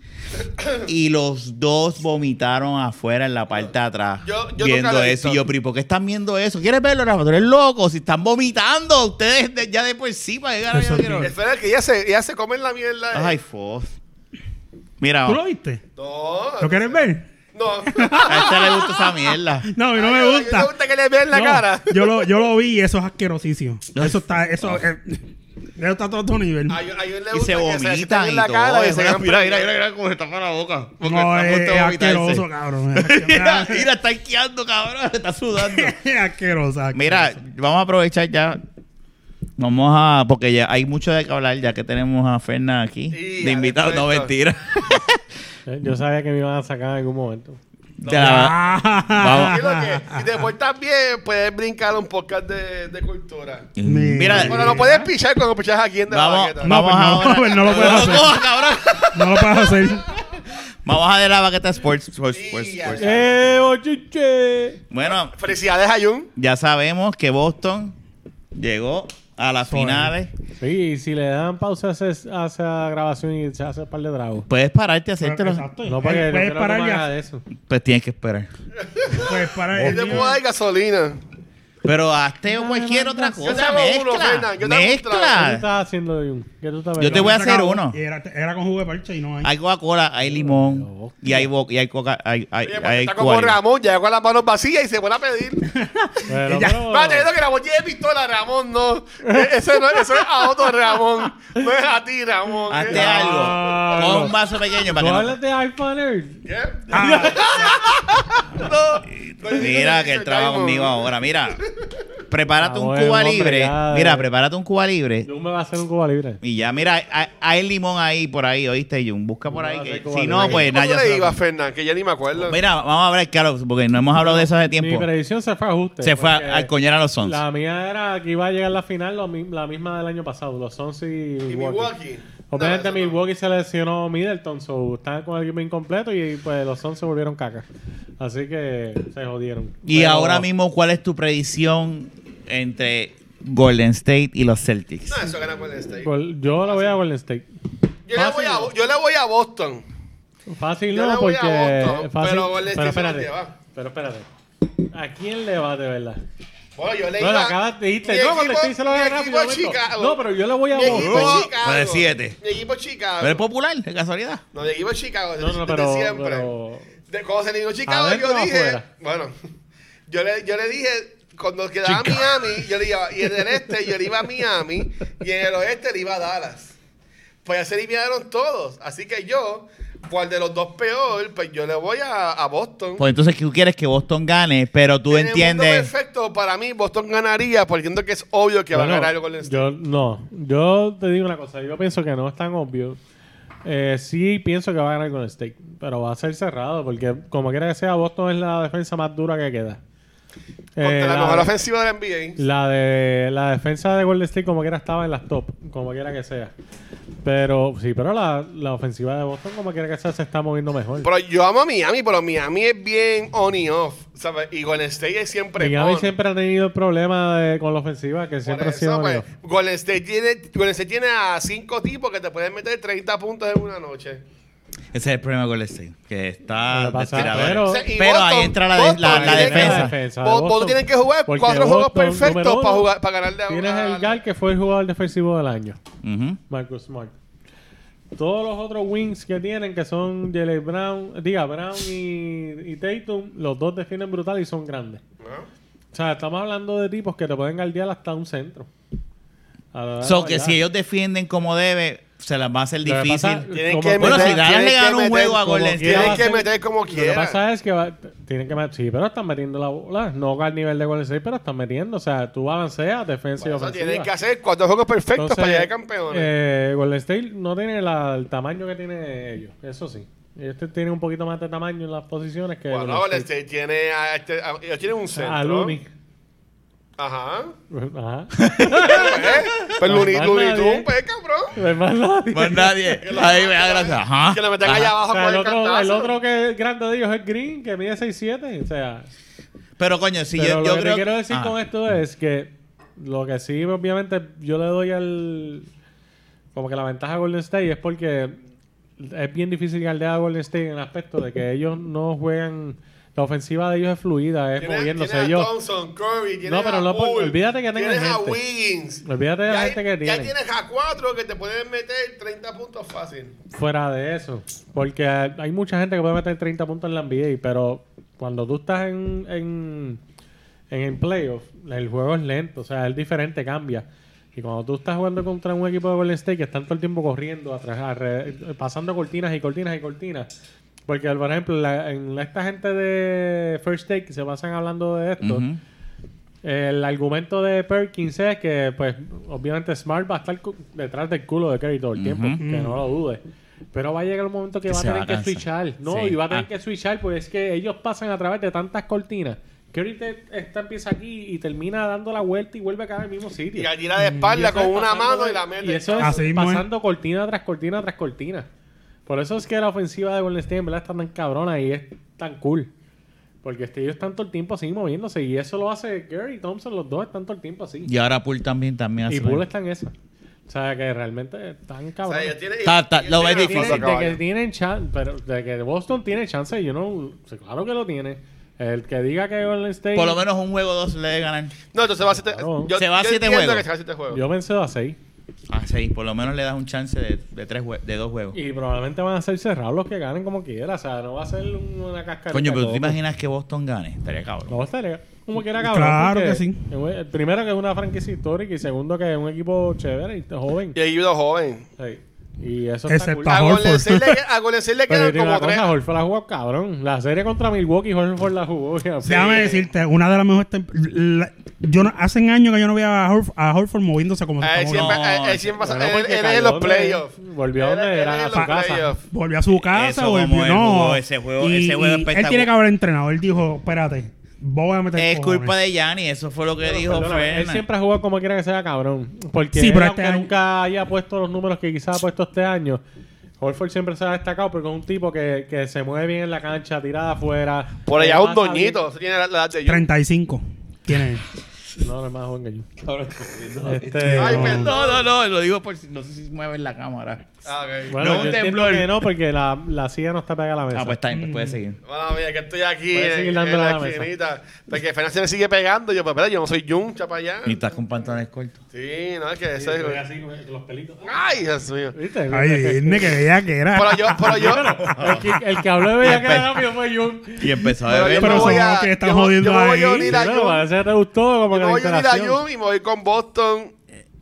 Y los dos vomitaron afuera en la parte de atrás. Yo- yo viendo nunca lo he eso. visto. Y yo, pero ¿y ¿por qué están viendo eso? ¿Quieres verlo, Rafa? Tú eres loco. Si están vomitando, ustedes de- ya de por sí para llegar a Eso yo quiero ver. Espera, que ya se, ya se comen la mierda. eh. Ay, fofo. Mira, Eh. ¿Tú lo a viste? No. ¿Lo quieres ver? (laughs) No. este le gusta esa (laughs) mierda. No, a mí no Ay, me gusta. ¿Te gusta que le vean la No, cara? Yo lo, yo lo vi y eso es asquerosísimo. No. Eso está, eso, eh, (laughs) eso está a todo otro nivel. Hay, hay un le Y gusta se que vomitan que y la todo. cara y se mira, quedan- mira, mira, mira, mira cómo se tapa la boca. Porque está no, a es, punto es de vomitarse. asqueroso, (laughs) cabrón. Mira, Es mira, está asqueando, cabrón. Está sudando. asquerosa. Mira, vamos a aprovechar ya. Vamos a. Porque ya hay mucho de qué hablar ya que tenemos a Ferna aquí. Sí, de invitado, no perfecto. mentira. Eh, Yo sabía que me iban a sacar en algún momento. Ya la- Ah. Y vamos. lo que- y después también puedes brincar un podcast de, de cultura. Mira, Bueno, lo puedes pichar cuando pichas aquí en De la vamos, Baqueta. No, vamos pues no, ahora. pues no lo puedes hacer. cojas, cabrón. No lo puedes hacer. Vamos a de la baqueta Sports. sports, Sí, sports, ya. sports. ¡Eh, ochiche! Bueno, Felicidades a Jun. ya sabemos que Boston llegó a las finales. Sí, y si le dan pausa a esa a esa grabación y se hace un par de dragos. Puedes pararte a hacerte los. Exacto. No, porque no puedes quiero parar tomar nada ya. de eso. Pues tienes que esperar. Puedes Y parar. te puedo dar gasolina. Pero hazte cualquier otra Yo te cosa. hago uno, Mezcla. Fernan, yo te hago un ¿Qué tú Mezcla. estás haciendo, Jun? ¿Qué tú estás Yo te bebiendo? voy a hacer uno. Era, era con jugo de parche y no hay. Hay Coca-Cola, hay limón y hay, bo- y hay coca, hay, hay, Oye, porque hay está como cual. Ramón, ya con las manos vacías y se pone a pedir. (laughs) Pero, pero- Va teniendo que Ramón lleve pistola, Ramón, no. E- Ese no eso es a otro Ramón. No es a ti, Ramón. Hazte ¿Qué? Ah, algo. Pon un vaso pequeño ¿Tú para hablas que de Alpha Nerd? ¿Qué? Ah, No. no. Mira que él trabaja Diamond. (laughs) conmigo ahora. Mira. prepárate un Abuelo, Cuba Ah, hombre, libre. ya, eh. Mira, prepárate un Cuba libre. Jun me va a hacer un Cuba libre. Y ya, mira, hay, hay limón ahí por ahí, ¿oíste, Jun? Busca por No, ahí. no que- sé Cuba si libre. no, pues ¿Cómo nada, ya le se lo- digo a Fernán? Que ya ni me acuerdo. Mira, vamos a hablar, claro, porque no hemos hablado de eso hace Mi tiempo. predicción se fue a ajuste. Se fue porque a, a coñar a los Sons. La mía era que iba a llegar la final, lo mi- la misma del año pasado, los Suns y ¿Y Milwaukee. Milwaukee? Obviamente No, eso no. Milwaukee se lesionó Middleton, so estaban con el equipo incompleto y pues los Suns se volvieron caca. Así que se jodieron. Y Pero- ahora mismo, ¿cuál es tu predicción entre Golden State y los Celtics? No, eso gana Golden State. Gol- Yo la voy a Golden State. Yo le, voy a, yo le voy a Boston. Fácil Yo le no, voy porque. a Boston, fácil, pero Golden State se la espérate. lleva. Pero espérate. ¿A quién le va de verdad? Bueno, yo le No, iba- la acabas de Mi dijiste. No, Golden equipo- State se lo va a mi ganar equipo rápido, momento. Chicago. No, pero yo le voy a Mi equipo Boston. Chicago. Pues de siete. Mi equipo Chicago. Pero es popular, de casualidad. No, mi equipo Chicago. Desde, No, no, desde pero. siempre. pero- De, cuando se eliminó Chicago, ¿Adentro yo o dije. afuera? Bueno, yo le, yo le dije. Cuando quedaba Miami, yo le iba. Y en el este, yo le iba a Miami. Y en el oeste, le iba a Dallas. Pues ya se eliminaron todos. Así que yo, cual de los dos peor, pues yo le voy a, a Boston. Pues entonces tú quieres que Boston gane, pero tú En el mundo entiendes. perfecto, para mí, Boston ganaría. Porque entiendo que es obvio que va a Bueno, ganar el Golden State. Yo, no, yo te digo una cosa. Yo pienso que no es tan obvio. Eh, sí pienso que va a ganar Golden State, pero va a ser cerrado porque como quiera que sea, Boston es la defensa más dura que queda. Contra Eh, la, la- mejor ofensiva de la NBA. La de la defensa de Golden State como quiera estaba en las top, como quiera que sea. Pero sí, pero la, la ofensiva de Boston como quiera que sea se está moviendo mejor. Pero yo amo a Miami, pero Miami es bien on y off, ¿sabes? Y Golden State es siempre Miami on. siempre ha tenido el problema de- con la ofensiva que Por siempre ha eso, sido pues, medio- Golden, State tiene, Golden State tiene a cinco tipos que te pueden meter 30 puntos en una noche. Ese es el problema de Golden State, que está Pero pasa- despirador. pero- Pero, O sea, y ahí Boston- entra la, de- la- Boston la tiene que- defensa. Defensa de Vos, vos Boston. tienes que jugar Porque cuatro juegos Boston, número perfectos uno, para, jugar, para ganarle a Tienes a- el Gal que fue el jugador defensivo del año, Ujú. Marcus Smart. Todos los otros wings que tienen, que son Jalen Brown, diga Brown y, y Tatum, los dos definen brutal y son grandes. ¿No? O sea, estamos hablando de tipos que te pueden guardiar hasta un centro. A la hora de So que bailar. si ellos defienden como debe, se las va a hacer Lo que difícil. pasa- (laughs) Tienen Como- que Bueno, meter- si Dallas tienen le que gana un meter- juego a como Golden State. quiera Tienen va a que ser- meter como Lo que quieran. pasa es que va- t- tienen que meter. Sí, pero están metiendo la bola. No al nivel de Golden State, pero están metiendo. O sea, tú balanceas defensa Por y eso ofensiva. Tienen que hacer cuatro juegos perfectos para llegar campeones. eh, Golden State no tiene la- el tamaño que tienen ellos. Eso sí. Este tiene un poquito más de tamaño en las posiciones que. bueno, Golden State tiene a este... a- ellos tienen un centro. eh, A Looney. Ajá. Ajá. (laughs) Pues No, Looney más Looney nadie. Tunes, pues, cabrón. No hay más nadie. Más Pues (laughs) nadie. Ahí me da gracia. Ajá. Que lo metan allá Ajá. O abajo sea, por el, el otro, cantazo. el otro que es grande de ellos es Green, que mide 6'7. O sea, Pero coño, si pero yo, lo yo que te creo. Ah. quiero decir Ajá. con esto es que lo que sí, obviamente, yo le doy al. Como que la ventaja a Golden State es porque es bien difícil galdear a Golden State en el aspecto de que ellos no juegan. La ofensiva de ellos es fluida, es Tienes- moviéndose. tienes a Ellos, Thompson, Curry, tienes No, pero a no, por- Poole, olvídate que tengan Tienes a gente. Wiggins. Olvídate de la Ya hay- gente que Ya tienen. tienes a cuatro que te pueden meter 30 puntos fácil. Fuera de eso, porque hay mucha gente que puede meter 30 puntos en la NBA, pero cuando tú estás en, en, en el playoff, el juego es lento, o sea, es diferente, cambia. Y cuando tú estás jugando contra un equipo de Golden State que están todo el tiempo corriendo, atrás, arre- pasando cortinas y cortinas y cortinas, porque por ejemplo, la- en la- esta gente de First Take que se pasan hablando de esto, Ujú. el argumento de Perkins es que, pues, obviamente Smart va a estar cu- detrás del culo de Curry todo el tiempo, que no lo dudes. Pero va a llegar un momento que, Que va a se tener va a que cansar. switchar. No, Sí. y va a tener Ah. que switchar, pues es que ellos pasan a través de tantas cortinas. Curry te, esta empieza aquí y termina dando la vuelta y vuelve acá en el mismo sitio. Y la tira Mm, de espalda eso es con una pasando- mano y la mete. Y eso es Así mismo es. pasando cortina tras cortina tras cortina. Por eso es que la ofensiva de Golden State en verdad está tan cabrona y es tan cool. Porque este, ellos están todo el tiempo así moviéndose y eso lo hace Gary y Thompson, los dos están todo el tiempo así. Y ahora Poole también, también hace. Y Bull está en esa. O sea, que realmente están O cabrones. sea, ya tienes- Ta- ta- ya lo ves tienes difícil. a Tienen- Alfonso de que Caballo. tienen chance, pero de que Boston tiene chance, yo no, o sea, claro que lo tiene. El que diga que Golden State, Por lo menos un juego o dos le debe ganar. No, entonces va a siete, Claro. yo, Se va a este yo siete entiendo juegos. que se va a este siete juegos. yo vencedo a 6 A seis. Por lo menos le das un chance de, de tres jue- de dos juegos. y probablemente van a ser cerrados los que ganen como quiera, o sea, no va a ser un- una cascarita. Coño, pero tú te como- imaginas que Boston gane. Estaría cabrón. No, estaría como quiera cabrón. Claro porque que sí. es un- eh, Primero que es una franquicia histórica y segundo que es un equipo chévere y joven. Y ayuda joven. Sí. Y eso Excepto está A A cool. Horford. Golden State le- a Golden State le Pero yo quedan te digo como una tres. cosa, Horford la jugó cabrón. La serie contra Milwaukee, Horford la jugó. ya. Déjame decirte, una de las mejores. tem- la- yo no, hacen años que yo no veo a, Horf- a Horford moviéndose como A se está él siempre, moviendo. a él siempre Bueno, él- porque él es en cayó los donde- playoffs. volvió donde Él- él era es a en su los casa. playoffs. Volvió a su casa, Eso volvió. como él no. jugó ese juego- ese juego él espectacular. tiene que haber entrenado. Él dijo, espérate, voy a meter Es cojones". culpa de Yanni, eso fue lo que Bueno, dijo perdóname, Él Fernan. siempre ha jugado como quiera que sea, cabrón. Porque Sí, él, pero este aunque año- nunca haya puesto los números que quizás ha puesto este año, Horford siempre se ha destacado porque es un tipo que, que se mueve bien en la cancha, tirada afuera. Por allá que es un pasa bien. doñito. Eso tiene la, la edad de yo. 35. Tiene él. No, no es más joven que yo. Este, Ay, no. perdón. No, no, no, lo digo por si no sé si mueven la cámara. Ah, ok. Bueno, No, yo un entiendo temblor. que no, porque la, la silla no está pegada a la mesa. Ah, pues está bien, pues Mm. puede seguir. Bueno, mira, que estoy aquí Puedes en, seguir en dándole la a la mesa. esquinita. Porque Fernández se me sigue pegando. Yo, pues, espera, yo no soy Jun, chapa allá. Y estás con pantalones cortos. Sí, no, es que eso Estoy es. así con con los pelitos. ¡Ay, Dios mío! ¿Viste? Ay, dime que veía que era. Pero yo, pero yo. el, que, el que habló de Bella Cara rápido fue Jun. Y empezó a Pero yo beber. me Pero voy son a- los que están yo- yo jodiendo me voy a ahí. unir a Bueno, Jun. parece que te gustó como Me que la voy a unir a interacción. Jun y me voy con Boston.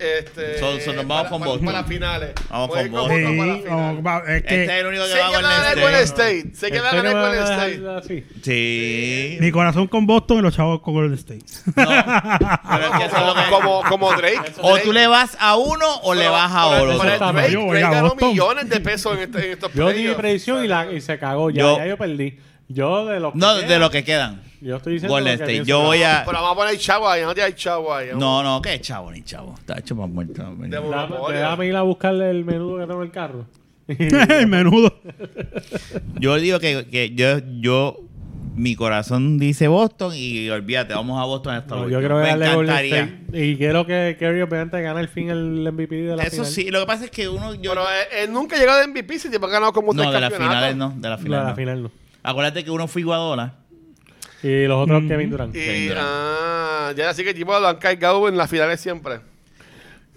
Este, Son- son- nos vamos para- con para- Boston. Para las finales. Vamos con Voy (laughs) Sí, Boston. para las finales. no, va- es Este es que el único Sé que que va la con gané el Golden este. State. Sé que la Este gané no me va a Golden dejar State. así. Sí. mi corazón con Boston y los chavos con Golden State. (laughs) (laughs) No. Pero es que eso es lo Como, que- como, como Drake. O Drake- tú le vas a uno o le pero- vas a pero- pero eso otro. está Drake, mal. Yo voy Drake a ganó Boston. millones de pesos en, este- en estos Yo di mi playoffs. predicción y, la, y se cagó. Ya, Yo- ya yo perdí. Yo de los que No, quedan, de lo que quedan. Yo estoy diciendo Golden lo que State. pienso Yo que- voy a. Pero vamos a poner chavo ahí. No te hay chavo ahí. No, no, que chavo ni chavo. Está hecho para muerto. De- Dame, déjame ir a buscarle el menudo que tengo en el carro. Menudo. Yo digo que, que yo, yo. Mi corazón dice Boston y olvídate, vamos a Boston hasta No, el yo último. creo que Me darle Golden encantaría. State. Y quiero que Kerry obviamente gane el fin el MVP de la Eso final. sí, lo que pasa es que uno. Yo, Pero él, eh, él nunca llegó de MVP si te han ganado como tres no, de las campeonatos. finales no. De las No, finales. la no. final no. Acuérdate que uno fue Iguadola. Y los otros Kevin Durant. Y, Kevin Durant. ah, ya así que el tipo lo han cargado en las finales siempre.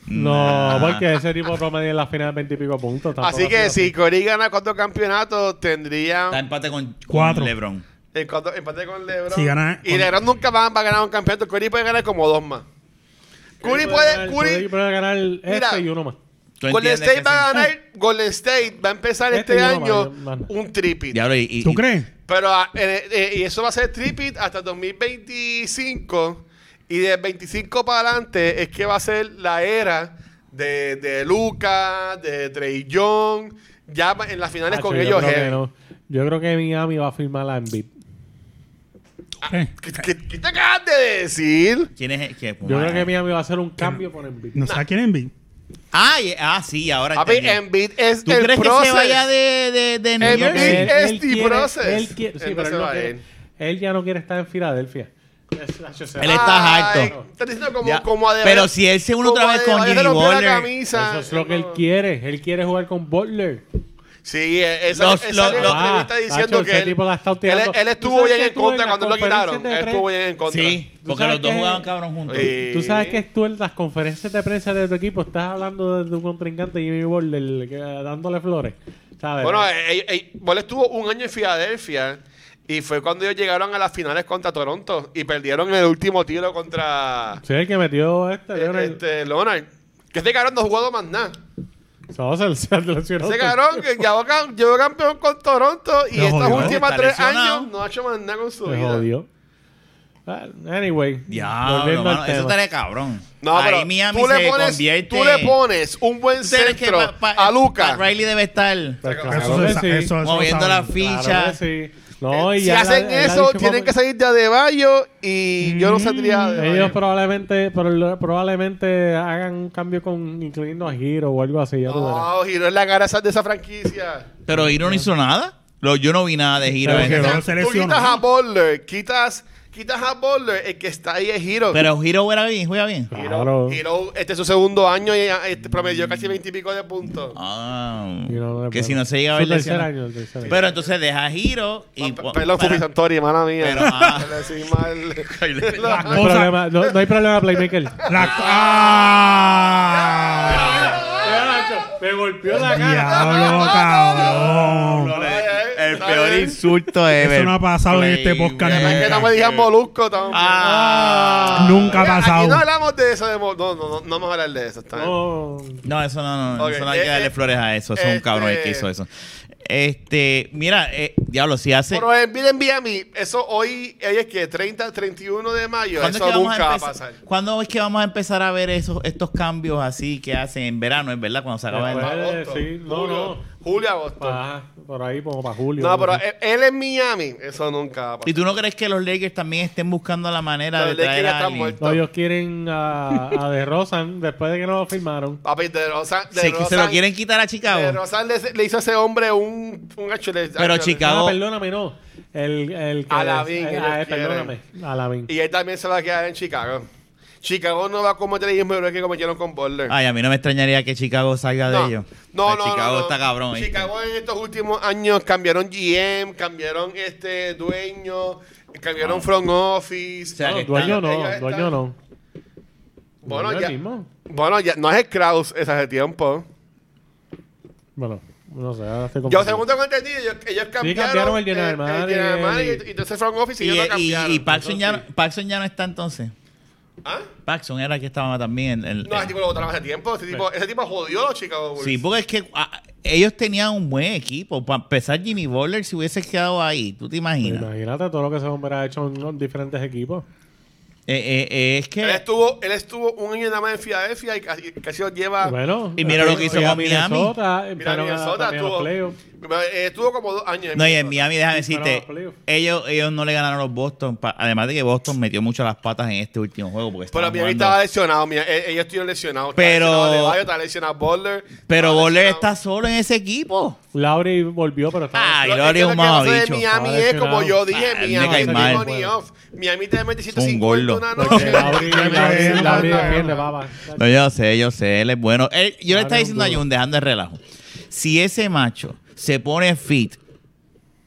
Mm. No, porque ese tipo promedio en la final 20 y pico puntos. tampoco así ha que sido si Curry gana cuatro campeonatos, Está tendría empate con, con Cuatro. LeBron. en cuatro- empate con LeBron. Si gana- y con- LeBron nunca va, va a ganar un campeonato. Curry puede ganar como dos más. Curry puede... ganar- Curry Curry, puede ganar este Mira. y uno más. ¿Tú Golden entiendes State que va a sí? ganar... Golden State va a empezar Este este, yo no, año man, man. un tripit. Diablo, y- y- ¿Tú y- crees? Pero ah, eh, eh, y eso va a ser tripit hasta 2025 y de 25 para adelante es que va a ser la era de, de Luca, de Trey Young, ya va- en las finales Hacho, con yo ellos. creo que heavy. no. Yo creo que Miami va a firmar la Embiid. ¿Qué, qué- qué te acabas de decir? ¿Quién es? quién es? Yo creo Madre. que Miami va a hacer un cambio por Embiid. No sé quién es Embiid. Ah, y- ah, sí, ahora Papi, entendí. Embiid es ¿Tú el crees que process. se vaya de, de, de New Embiid Jersey? es the quiere- process. él quiere- sí, Él no pero se él, no va a quiere- ir. él ya no quiere estar en Filadelfia. Es- hacho, se va. Él está Ay, harto. Estás diciendo como, Ya. como a de- Pero si él se une otra como a vez de- con a de Jimmy romper la Butler. camisa. Eso es lo que él quiere. Él quiere jugar con Butler. Sí, eh, esa, Los- los- esa es la los- entrevista Ah, diciendo Nacho, que ese él, tipo la ha estado él, tirando. él ¿Tú estuvo sabes bien que en tú en contra las cuando lo conferencias quitaron. de Él prensa- estuvo bien en contra. Sí, ¿Tú porque sabes los dos que- jugaban cabrón juntos. Sí. Tú sabes que tú en las conferencias de prensa de tu equipo estás hablando de tu contrincante Jimmy Butler que- dándole flores. ¿sabes? Bueno, eh, eh, eh, Bol estuvo un año en Filadelfia y fue cuando ellos llegaron a las finales contra Toronto y perdieron el último tiro contra Sí, el que metió este. eh, Leonard. este, Leonard. Que ese cabrón no jugó dos más nada. No, pues. se, se lesionó. Ese cabrón que ya cam- llegó campeón con Toronto y Se estos jodió. últimos Está tres lesionado. años no ha hecho más nada con su Se vida. jodió. Ah, Anyway. Diablo, volviendo al mano, eso tema. estaría cabrón. No, Ahí pero Miami tú, le se pones, convierte. tú le pones un buen ¿Tú sabes que centro pa- pa- a Luca. Pat Riley debe estar Pero Pues claro Eso que se sa- sí. eso- eso lo moviendo la saben. ficha. Claro que sí. No, y Eh, si ya él ha- hacen él ha eso, dicho tienen como- que salir de Adebayo y yo no saldría de Mm, Ellos Adebayo. probablemente, pro- probablemente hagan un cambio con incluyendo a Giro o algo así. Ya tú verás. No, Giro es la cara esa- de esa franquicia. Pero Hiro no hizo nada. Lo- Yo no vi nada de Hiro. Pero en que esa- no. Tú seleccionó. quitas a Butler, quitas, quitas a Butler, el que está ahí es Giro. Pero Hiro juega bien, juega bien. Claro. este es su segundo año y ah, este, promedió casi veintipico de puntos. Ah, Giro no es que bueno. si no se llega a ver Su tercer lesionado. año, el tercer año. Pero entonces deja a Hiro y... Ah, pon- Perdón, para- Fufi Santori, mala mía. (laughs) Pero, ah. Le decí (laughs) mal. no, hay cosa- problema, no, no hay (laughs) problema, Playmaker. La... ¡Ah! Me golpeó la Diablo, cabrón. El peor insulto ever. Eso no ha pasado en este podcast Playmaker. Es que no nunca. me digan molusco tampoco. Ah. Nunca ha Oiga, Aquí no pasado. hablamos de eso. De mo- no, no, no, no vamos a Oh. hablar de eso. Está bien. No. No, eso no, no, Ok, eso no hay eh, que darle eh, flores a eso. Eso es un este- cabrón el que hizo eso. Este, mira, eh, diablo, si hace. Pero envíen, envíen a mí. Eso hoy, hoy es que 30, 31 de mayo. ¿Cuándo es, Eso que vamos nunca a va a empezar- pasar. ¿Cuándo es que vamos a empezar a ver esos, estos cambios así que hacen en verano, es verdad? Cuando se acaba el. Después- Puede Agosto, decir, Eh, no, julio, no. Julio, agosto. Pa- por ahí, como para julio. no, pero algo así. él, él en Miami. Eso nunca va a pasar. ¿Y tú no crees que los Lakers también estén buscando la manera Los de traer Lakers a están alguien? muertos. No, ellos quieren a, a DeRozan después de que no lo firmaron. Papi, de Rosa, de Se, Rosa, se lo quieren quitar a Chicago. De Rosa le, le hizo a ese hombre un, un hecho. le- Pero hecho- Chicago- Ah, Cagó. perdóname, no. El, el que A la Vin, eh, que ah, ellos eh, perdóname. A la Vin. Y él también se va a quedar en Chicago. Chicago no va a cometer el mismo error que cometieron con Butler. Ay, a mí no me extrañaría que Chicago salga de No, ellos. no, Ay, no. Pues Chicago no, no. está cabrón. ¿viste? Chicago en estos últimos años cambiaron GM, cambiaron este dueño, cambiaron front office. O sea, No, que dueño están- no, ellos están- dueño no. Bueno, Dueño ya- el mismo. Bueno, ya no es el Kraus ese hace tiempo. Bueno, no sé, ahora estoy Yo confundido. según tengo entendido, ellos, ellos cambiaron, cambiaron el eh, general manager general manager y- y, y entonces front office y, Y, ellos lo y- cambiaron. y Paxson, ya, Entonces, Paxson ya no está entonces. ¿Ah? Paxson era el que estaba también. en- en- No, ese tipo lo votaron hace tiempo. Ese tipo, ese tipo jodió a los Chicago Bulls. Sí, porque es que ah, ellos tenían un buen equipo. Para empezar, Jimmy Butler si hubiese quedado ahí, ¿tú te imaginas? Imagínate todo lo que ese hombre ha hecho en los diferentes equipos. Eh, eh, eh, es Él que... estuvo, él estuvo un año nada más en Filadelfia y casi, casi lo lleva. Bueno, Y mira lo que hizo mira con Miami. Minnesota, Mira, empezaron a- Minnesota también a los estuvo, playoffs. eh, estuvo como dos años No, y en Minnesota. Miami, déjame Dispararon decirte, a playoff. ellos, ellos no le ganaron a los Boston. pa- además de que Boston metió mucho las patas en este último juego. Porque Pero estaban Miami jugando- estaba lesionado. Mira, eh, ellos estuvieron lesionados. Pero- Estaba lesionado Adebayo, estaba lesionado Butler. Pero estaba Butler lesionado- está solo en ese equipo. Lauri volvió, pero estaba... Ay, Lo- Lori es lo un que pasa de mejor dicho. Miami Estaba es como lesionado. yo dije, Ah, me Miami cae es mal. on y off. Miami te mete un 150 gordo. una Porque noche. Lauri, Lauri, Lauri defiende, papá. No, yo sé, yo sé, él es bueno. Él- yo le Claro, estaba diciendo a duro. Jun, dejando el relajo. Si ese macho se pone fit,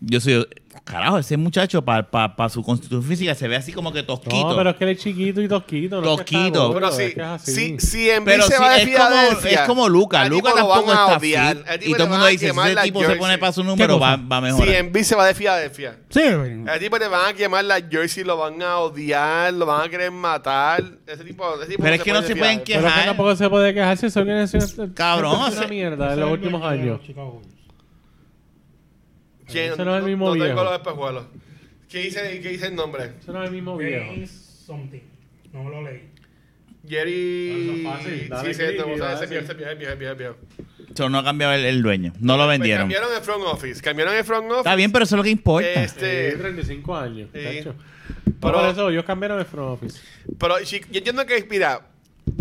yo soy. Carajo, ese muchacho, para su constitución física, se ve así como que tosquito. No, pero es que él es chiquito y tosquito. No es que está Tosquito. gordo, Pero es sí, que es así. si, si en Pero se sí, va de es como, Filadelfia, es como Luca. al Luca tipo lo tampoco van a está odiar. fit. Al tipo Y todo le el mundo van a dice, quemar si ese la tipo se pone jersey. para su número, ¿Qué va, cosa? va a Si mejorar. en se va de Filadelfia, Sí, Eh, Ese tipo le van a quemar la jersey, lo van a odiar, lo van a querer matar. Ese tipo, ese tipo Pero es que no se puede pueden fiar. Pero es quejar. que tampoco se puede quejar si esa organización es- Cabrón, es una hace- mierda en los últimos años. ¿Quién? Ese no es el mismo no viejo. tengo los espejuelos. ¿Qué dice, qué dice el nombre? Eso no es el mismo viejo. James something. No me lo leí. Jerry... Ah, Eso es fácil, Sí, dale sí, click y o sea, ese dale, viejo, sí. ese viejo, ese viejo, ese viejo. Eso no ha cambiado el, el dueño. No lo Pues vendieron. cambiaron el front office. Cambiaron el front office. Está bien, pero eso es lo que importa. Este... Este, 35 años. Sí. cacho. Pero- Pero por eso ellos cambiaron el front office. pero chi- yo entiendo que, mira,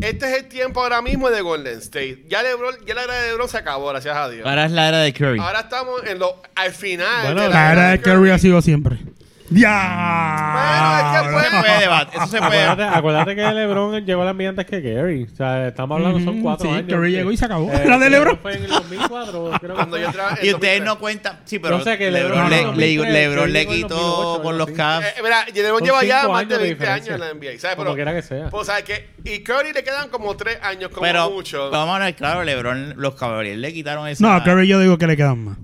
este es el tiempo ahora mismo de Golden State. Ya, LeBron, ya la era de LeBron se acabó, gracias a Dios. Ahora es la era de Curry. Ahora estamos en lo, al final. Bueno, de La era de Curry ha Bueno, sido siempre. es que ¡Ya! Eso se puede fue- debatir, eso se puede Acuérdate, acuérdate que LeBron llegó a la mía antes que Gary. O sea, estamos hablando, son Ujú, cuatro sí, años. Curry que- eh, llegó y se acabó. La de LeBron. Fue en el 2004, creo (laughs) que Cuando fue. yo entraba en Y ustedes 2003. no cuentan. Sí, pero Yo sé que LeBron, LeBron le, en le- 2003, LeBron le Curry en quitó 2008, con los algo así. Cavs. Eh, eh, mira, LeBron Son lleva ya cinco más años de de 20 años diferencia. en la NBA, ¿sabes? Como quiera que sea. Pues, ¿sabes qué? Y Curry le quedan como 3 años, como pero mucho. vamos a hablar claro, LeBron, los Cavaliers le quitaron esa. No, a Curry yo digo que le quedan más.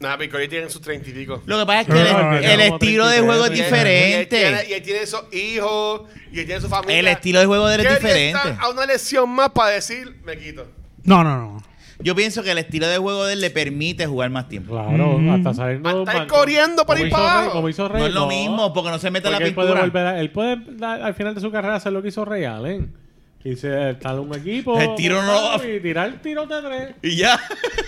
Nah, pero Curry tiene sus 30 y pico. Lo que pasa es que No, el- no, el, no, estilo de juego es Y él- Y él, tiene, diferente. y él tiene esos hijos, y él tiene su familia. El estilo de juego de él es Curry diferente. está a una lesión más para decir, me (laughs) quito. No, no, no. Yo pienso que el estilo de juego de él le permite jugar más tiempo. Claro, Ujú. hasta saliendo. de un Hasta ir banco. corriendo para Como ir hizo para Rey- abajo. Como hizo Rey. No es lo mismo, porque no se mete la Porque él puede pintura. volver a- él puede, dar- al final de su carrera, hacer lo que hizo Ray Allen. Quise estar en un equipo. El tiro no lo va- Y tirar tiros de tres. Y (laughs) ya.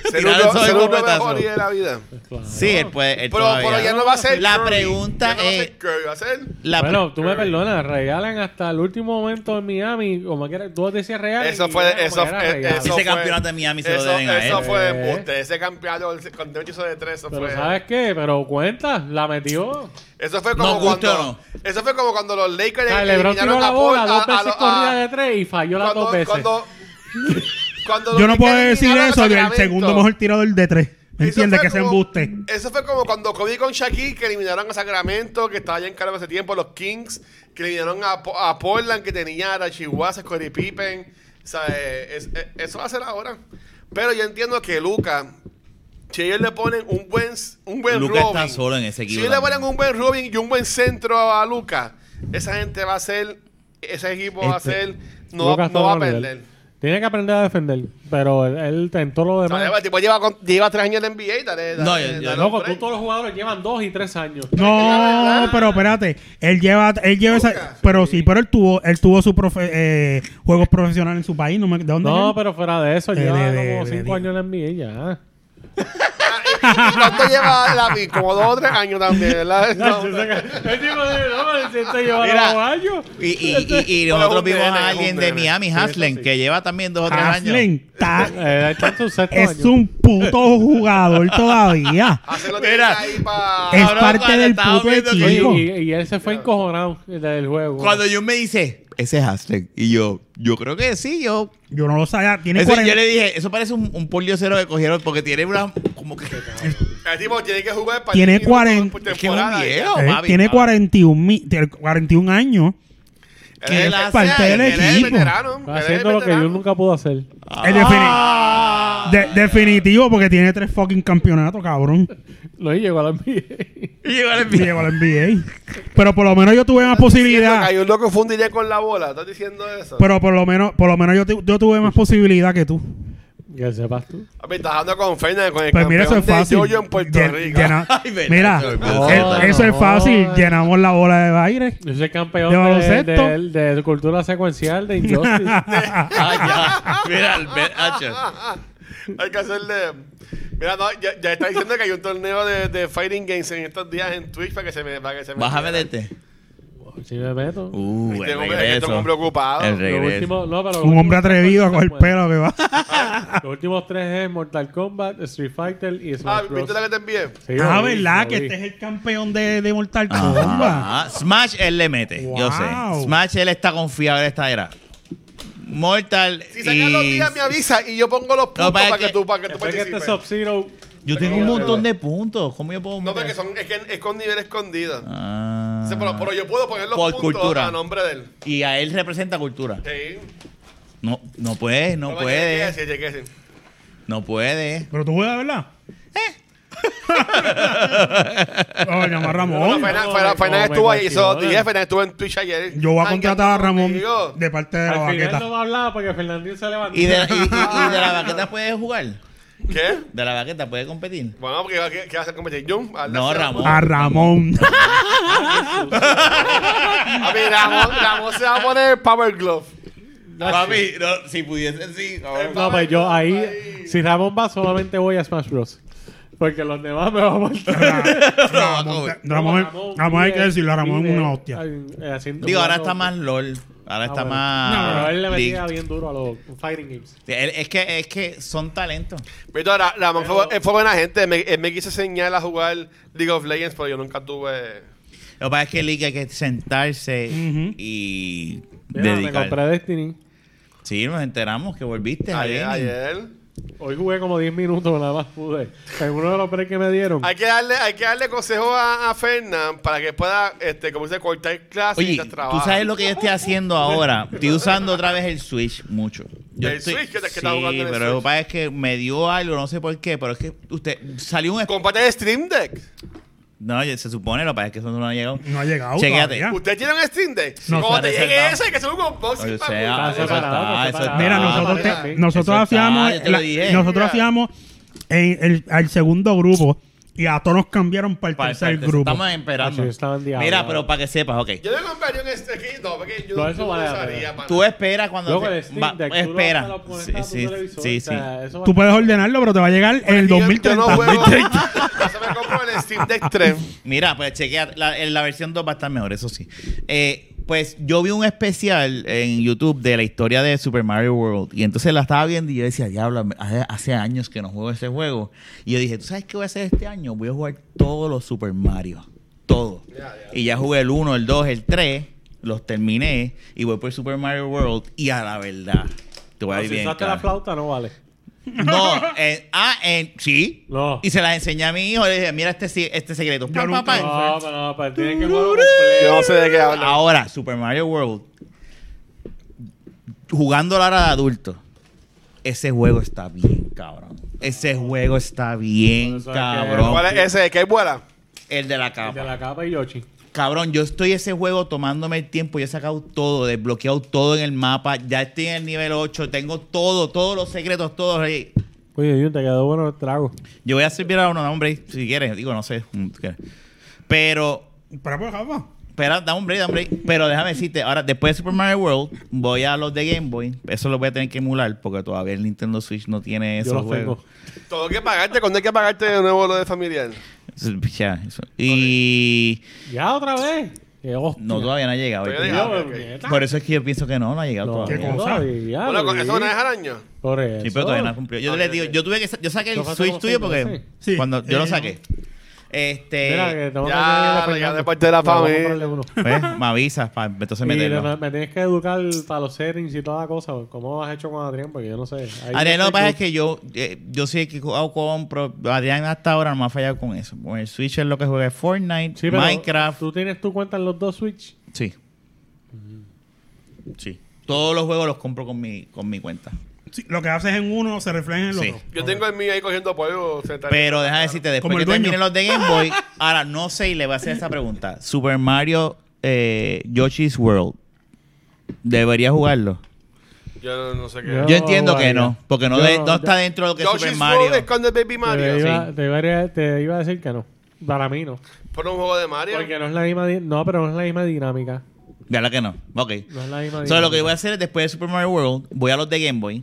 Ser Tirar un- eso de ser un golpetazo. mejor de la vida. Pues Claro. Sí, él puede. él Pero, pero todavía. ya no va a ser La Curry. pregunta Ya no va a ser es- Curry, va a ser... La pre- bueno, tú me perdonas, Ray Allen hasta el último momento en Miami, como quiera, tú decías Ray Allen. Eso y fue, era eso, como que era Ray eh, Allen. eso Ese fue- campeonato de Miami se lo eso- deben a Eso él. fue Eh. embuste. Ese campeonato con 8 de 3, eso Pero fue... Eh, ¿sabes qué? Pero cuenta, la metió. Eso fue Nos como guste cuando. o no. Eso fue como cuando los Lakers O sea, LeBron tiró la Paul, bola dos veces los- corrida de tres y falló las cuando- dos veces. (laughs) Cuando, cuando los Yo no puedo Lakers decir eliminaron a eso del Sacramento. segundo mejor tirador de tres. Eso Entiende fue que se como- embuste. Eso fue como cuando Kobe con Shaquille que eliminaron a Sacramento, que estaba ya en cargo ese tiempo, los Kings, que eliminaron a, Po- a Portland, que tenía a Chihuahua, Corey Pippen. O sea, eh, es- eh, eso va a ser ahora. Pero yo entiendo que Luca, si ellos le ponen un buen, un buen Luka está Robin, solo en ese equipo Si ellos le también. ponen un buen Robin y un buen centro a Luca, esa gente va a ser, ese equipo va a Este, ser, no, Luka va- está no va a otro nivel. perder. Tiene que aprender a defender, pero él, él en todo lo demás... Dale, el tipo lleva, con- lleva tres años de NBA. Dale, dale, No, yo- dale, yo- dale un Loco, tú break. todos los jugadores llevan dos y tres años. verdad. No, pero espérate, él lleva, él lleva esa, pero sí, pero él tuvo, él tuvo su profe- eh, juegos profesionales en su país, no me, ¿de dónde? es No, él? pero fuera de eso, De- lleva de- de- como de- cinco de- años en la NBA ya. ¿Y cuánto lleva David? Como dos o tres años también, (laughs) ¿verdad? No, El tipo de- no, pero si este lleva Mira. dos años. Y, y, (laughs) y, y nosotros un nene, vimos a un alguien de nene. Miami, Haslen, que lleva también dos o tres años. Haslen, ta- Eh, ahí está en (laughs) su sexto es año. un puto jugador todavía. Ah, Hacerlo Mira. tirar ahí para. Es Cabrón, parte cuando del estaba puto viendo que- Oye, equipo. y, y él se fue encojonado del juego. Cuando yo me dice, ese es Haslen. Y yo, yo creo que sí, yo. Yo no lo sabía, tiene Eso- 40. yo le dije, eso parece un, un poliocero que cogieron porque tiene una. Como (laughs) que. El tipo tiene que jugar para. Tiene 40. Es que es un viejo, Él papi. eh, tiene 41, mi- tiene 41 años. que él hace parte ahí, del él es el equipo. veterano. Está haciendo lo que yo nunca pude hacer. Es Ah. defini- de- definitivo porque tiene tres fucking campeonatos, cabrón. Lo llegó a la NBA. (laughs) Y llegó al Y llegó al NBA. Pero por lo menos yo tuve más posibilidad. Hay un loco fue un DJ con la bola. ¿Estás diciendo eso? Pero por lo menos, por lo menos yo, tu- yo tuve más posibilidad que tú. que sepas tú. A ver, estás hablando con Fernández, con el Pues mira, eso campeón es fácil. de Yoyo en Puerto Llen- Rico. llena- Ay, verdad, mira, eso es verdad. el- eso es No, fácil. eh. Llenamos la bola de (laughs) aire. Yo soy campeón ¿De de, baloncesto? de, de, cultura secuencial de (laughs) Injustice. (laughs) Ah, ya. Mira, al ver- hacho. (laughs) Hay que hacerle. Mira, no, ya, ya está diciendo que hay un torneo de, de Fighting Games en estos días en Twitch para que se me. Para que se me Bájame de este. si me meto. Uh, Este el hombre- este regreso. hombre ocupado. El Lo Lo regreso. último- no, pero lo Un hombre último- atrevido a coger Bueno, pelo que va. Los últimos tres es Mortal Kombat, Street Fighter y Ah, Smash Bros. ¿viste la que te envié? Sí, lo Ah, vi, ¿verdad? lo Que vi. este es el campeón de, de Mortal Ah. Kombat. Ajá. Smash él le mete, yo sé. Wow. Smash él está confiado en esta era. Mortal Si sacan los y- días, me avisa y yo pongo los puntos para para que- que tú para que pues. tú Después que este participes. Sub-Zero... Yo tengo un montón de puntos. ¿Cómo yo puedo meter? No, porque son, es que es con nivel escondido. Ah. Dice, pero, pero yo puedo poner los Por puntos cultura. a nombre de él. Y a él representa cultura. Sí. No, no puede, no Pero llegué a puede, decir, llegué a decir. no puede. Pero tú juegas, ¿verdad? (laughs) ¿Eh? llamar a Bueno, Ramón. Fernan- no, Fernan- no, Fernan me estuvo ahí, hizo cuestiona. 10, Fernan estuvo en Twitch ayer. Yo voy a contratar a Ramón Contigo. de parte de la Al final baqueta. no me hablaba porque Fernandín se levantó. ¿Y de, y- y- y de (laughs) la baqueta puede jugar? ¿Qué? ¿De la baqueta puede competir? Bueno, porque ¿qué, qué vas a hacer competir? Jun, al- No, Ramón. (laughs) A Ramón. A ver, Ramón, Ramón se va a poner el Power Glove. Papi, no, si pudiese, (laughs) sí. cabrón. No, pues yo ahí... Si Ramón va, solamente voy a Smash Bros. Porque los demás me van a matar. Ramón, Ramón, Ramón hay que pide- decirle a Ramón pide- una hostia. ay, eh, haciendo- Digo, ahora jugando- está más LOL. Ahora está Ah, bueno. más. No, pero él le metía League. bien duro a los Fighting Games. Él- es, que, es que son talentos. Pero ahora, Ramón fue, él fue buena gente. Me, él me quiso enseñar a jugar League of Legends, pero yo nunca tuve. Lo que pasa es que League hay que sentarse Ujú. y Mira, me dedicar. compré Destiny. Sí, nos enteramos que volviste. Ayer, Jaden. ayer. Hoy jugué como 10 minutos, nada más pude. En uno de los breaks que me dieron. Hay que darle, hay que darle consejo a, a Fernan para que pueda, este, como dice, cortar clases Oye, mientras trabaja. tú sabes lo que yo estoy haciendo ahora. Estoy usando otra vez el Switch mucho. Yo ¿El estoy- Switch? ¿Qué te- qué sí, estás jugando en el pero lo que Switch? pasa es que me dio algo, no sé por qué, pero es que usted salió un... Comparte el Stream Deck. No, ya se supone, lo que pasa es que eso no ha llegado. No ha llegado. Chequéate. todavía. ¿Usted tiene un Stream Deck? No, Cuando está te llegue reservado. ese, hay que hacer un unboxing. O para sea, jugar. eso Está separado, está, está eso está. Mira, nosotros, Ah, te- sí. nosotros Eso está, hacíamos, yo te lo la- dije. nosotros Mira. hacíamos en el, al segundo grupo y a todos nos cambiaron para el Para- tercer para- grupo. Estamos esperando. Oye, yo estaba en diablo. Mira, pero para que sepas, ok. Yo le compraría un Stream Deck. No, porque yo No, eso yo vale la usaría, pena. pana. Tú esperas cuando... Luego te- el Steam va- Deck, tú lo- espera. te lo pones Sí, a tu sí, televisor, sí, o sí. sea, eso va- Tú puedes ordenarlo, pero te va a llegar Pues en el Yo- (laughs) 2030. Yo no (laughs) juego. Eso me compro el Steam Deck 3. Mira, pues chequea, la, en la versión 2 va a estar mejor, eso sí. Eh, pues yo vi un especial en YouTube de la historia de Super Mario World y entonces la estaba viendo y yo decía, diablo, hace, hace años que no juego ese juego. Y yo dije, ¿tú sabes qué voy a hacer este año? Voy a jugar todos los Super Mario, todos. Y ya jugué el 1, el 2, el 3, los terminé y voy por Super Mario World y a la verdad, te voy a ir Pero Ah, si bien. usaste claro. la flauta, no vale. No, en- ah, en, sí. No. Y se las enseñé a mi hijo. Le dije, mira este, si- este secreto. Pa, nunca pa, pa. No, pero no, pero tienes que jugarlo completo. Yo no sé de qué habla. Ahora, Super Mario World, jugándola ahora de adulto, ese juego está bien, cabrón. Ese juego está bien, Eso es que- cabrón. ¿Cuál es ese? ¿Qué es buena? El de la El De capa. la capa y Yoshi. Cabrón, yo estoy ese juego tomándome el tiempo. Yo he sacado todo, desbloqueado todo en el mapa. Ya estoy en el nivel 8. Tengo todo, todos los secretos, todos ahí. Oye, Jun, te quedó bueno el trago. Yo voy a servir a uno, da un break, si quieres. Digo, no sé. mm, ¿qué? Pero, Pero pues, Rafa, espera, da un break, da un break. Pero déjame decirte, ahora, después de Super Mario World, voy a los de Game Boy. Eso lo voy a tener que emular porque todavía el Nintendo Switch no tiene Yo esos los juegos. tengo. Todo hay que pagarte, cuando hay que pagarte de nuevo lo de familiar. Eso- (laughs) ya, eso. Y Ya otra vez. Qué hostia. no, todavía no ha llegado. Todavía Yo, no Ah, ok. puñeta. Por eso es que yo pienso que no, no ha llegado No, todavía. ¿Qué cosa? todavía, Bueno, con Luis. eso una vez al año. Por eso. Sí, pero todavía no ha cumplido. Yo Ok, le digo, ok. yo tuve que sa- yo saqué el Tócate Switch como tuyo cinco porque veces. Sí. cuando yo lo Eh, saqué. Este Mira, que tengo que ya, añadirle a ya Fernando. de parte de la Le voy a familia. comprarle (laughs) uno. pues, me avisas para entonces Y le- meterlo. me, me tienes que educar para los settings y toda la cosa. pues, ¿Cómo has hecho con Adrián? Porque yo no sé. Ahí Adrián, lo no que sé pasa es tú- que yo, eh, yo sí que hago compro. Adrián hasta ahora no me ha fallado con eso. Con el Switch es lo que juega es Fortnite, Sí, pero Minecraft. ¿Tú tienes tu cuenta en los dos Switch? Sí. Sí. Todos los juegos los compro con mi, con mi cuenta. sí, lo que haces en uno se refleja en el Sí. otro. Yo tengo el mío ahí cogiendo polvo. se está- Pero deja de decirte, después Como que el dueño. termine los de Game Boy, ahora no sé y le voy a hacer esta pregunta. Super Mario eh, Yoshi's World. ¿Debería jugarlo? Yo no sé qué. Yo- Yo entiendo que no, porque no, Yo de- no, no está yo- dentro de lo que es Super Yoshi's World es Mario. con el Baby Te, Mario. iba, te, iba, a- te iba a decir que no. Para mí no. Por un juego de Mario. Porque no es la misma... di- No, pero no es la misma dinámica. Ya la que no. Ok. No es la misma dinámica. So, lo que yo voy a hacer es después de Super Mario World, voy a los de Game Boy,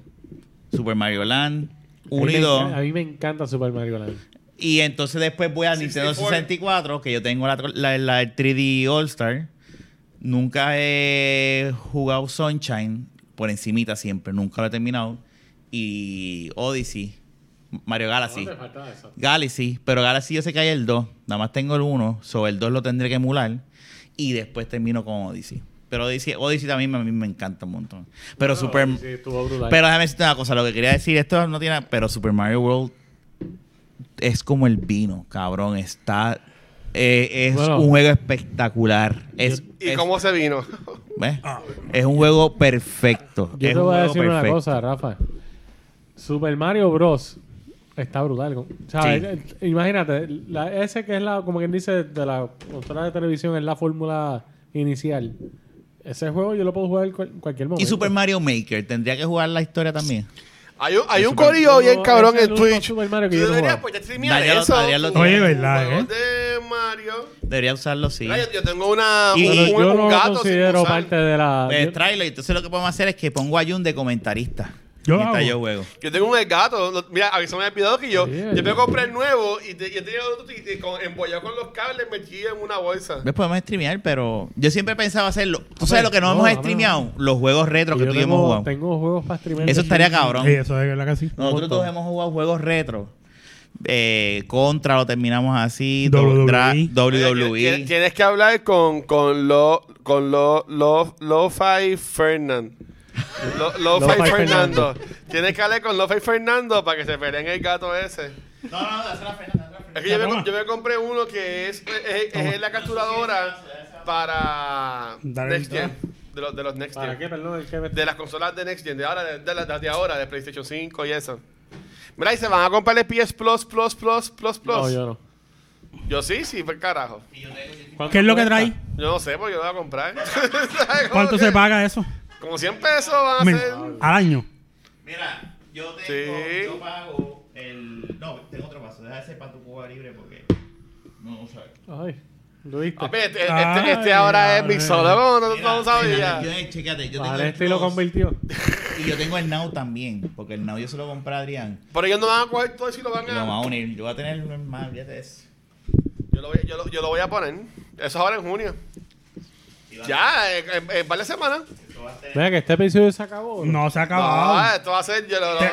Super Mario Land, A mí 1 y me 2. enca- A mí me encanta Super Mario Land. Y entonces después voy a Nintendo 64, que yo tengo la, la- la 3D All Star. Nunca he jugado Sunshine por encimita siempre, nunca lo he terminado. Y Odyssey, Mario Galaxy. Galaxy, pero Galaxy yo sé que hay el 2, nada más tengo el 1, sobre el 2 lo tendré que emular y después termino con Odyssey. Pero Odyssey, Odyssey también a mí me encanta un montón. Pero Super... Sí, estuvo brutal. Pero déjame decirte una cosa, lo que quería decir, esto no tiene, pero Super Mario World es como el vino, cabrón, está eh, es Bueno. un juego espectacular. Es, ¿Y es- cómo Ah. se vino? (laughs) ¿ves? Es un juego perfecto. Yo es te un voy a juego decir una perfecto. cosa, Rafa. Super Mario Bros. está brutal. con- ¿sabes? Eh, Imagínate, la, ese que es la, como quien dice, de la consola de televisión es la fórmula inicial. Ese juego yo lo puedo jugar en cual- cualquier momento. Y Super Mario Maker, tendría que jugar la historia también. Hay un, hay un Super- corillo bien cabrón Ese es en el único Twitch. Super Mario que Tú yo no deberías jugaba. pues, ya streamear Daría lo- eso. daría lo- un- Oye, ¿verdad, un juego eh? de Mario. Debería usarlo, sí. Mira, yo, yo tengo una, Y- un, Pero un- yo un no lo gato sin considero usar. parte de la. Pues, yo- tráelo, y entonces lo que podemos hacer es que pongo a Jun de comentarista. Yo lo mientras hago. yo juego. Yo tengo un gato. lo- Mira, a mí se me ha olvidado que yo, Yeah. yo me compré el nuevo y, te- y he tenido otro y- y con- embollado con los cables metido en una bolsa. Después Pues, podemos streamear, pero yo siempre pensaba hacerlo. ¿Tú sabes lo que no, no, hemos a ver, streameado? Los juegos retro yo que tú y yo hemos tengo, jugado. tengo juegos para streamer. Eso estaría cabrón. Sí, eso es verdad que sí. Nosotros todos hemos jugado juegos retro. Eh, contra lo terminamos así. WWE. Dra- Tienes- WWE. Tienes que hablar con, con lo, con lo, lo, Lo-Fi Fernand. (laughs) Lo- Lo-Fi Lo-Fi Fernando. Tienes que hablar con Lo-Fi Fernando para que se peleen el gato ese. No, no, no, la Es que yo me, yo me compré uno que es, es, es la capturadora para Dar Next el- Gen. De los, de los Next ¿Para qué? Gen. Perdón, el que me- De las consolas de Next Gen. De ahora, de, de las de ahora, de PlayStation 5 y eso. Mira, y se van a comprar el PS Plus, Plus, Plus, Plus, Plus. No, yo... yo no. sí, sí, por carajo. ¿Qué es lo que cuesta? trae? Yo no sé, porque yo lo voy a comprar. (laughs) ¿Cuánto se paga eso? Como 100 pesos van a Men- ser. al año. Mira, yo Sí. yo pago el. No, tengo otro paso. Deja ese para tu cuba libre porque. No, no sabes. Ay, lo viste. Papi, este, este- Ay, este ahora es madre. mixólogo, no, no sabía. Yo, eh, chécate, yo tengo Para el este lo Plus convirtió. y yo tengo el Now también. Porque el Now yo se lo compré a Adrián. Pero ellos no van a coger todo eso y lo Y van lo vamos a. a unir. Yo voy a tener el normal, ya te es. Yo lo, voy, yo, lo, yo lo voy a poner. Eso es ahora en junio. Ya, eh, en, en, en varias semanas. Mira que este episodio se acabó. No se ha No, acabado. esto va a ser. Yo lo, lo- Te-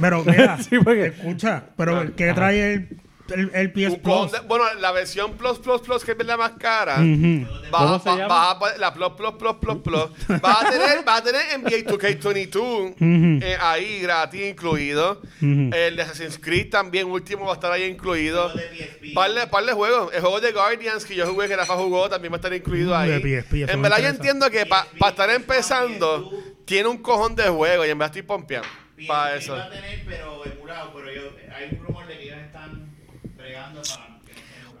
Pero mira, (laughs) Sí, porque- Ah, escucha, pero ¿qué trae el, el, el PS un Plus? conde- bueno, la versión Plus Plus Plus, que es la más cara. Ujú. Va, ¿Cómo se va- llama? va a poner la Plus Plus Plus Plus Plus. Va a tener, va a tener NBA 2K22 Ujú. eh, ahí gratis incluido. Ujú. El de Assassin's Creed también último va a estar ahí incluido. Par de, par de juegos. El juego de Guardians que yo jugué, que Rafa jugó, también va a estar incluido ahí. De PSP, eso en me verdad yo interesa. entiendo que para estar empezando tiene un cojón de juego y en verdad estoy pompeando para eso. tener, pero emulado, pero yo, hay un rumor de que ellos están bregando para...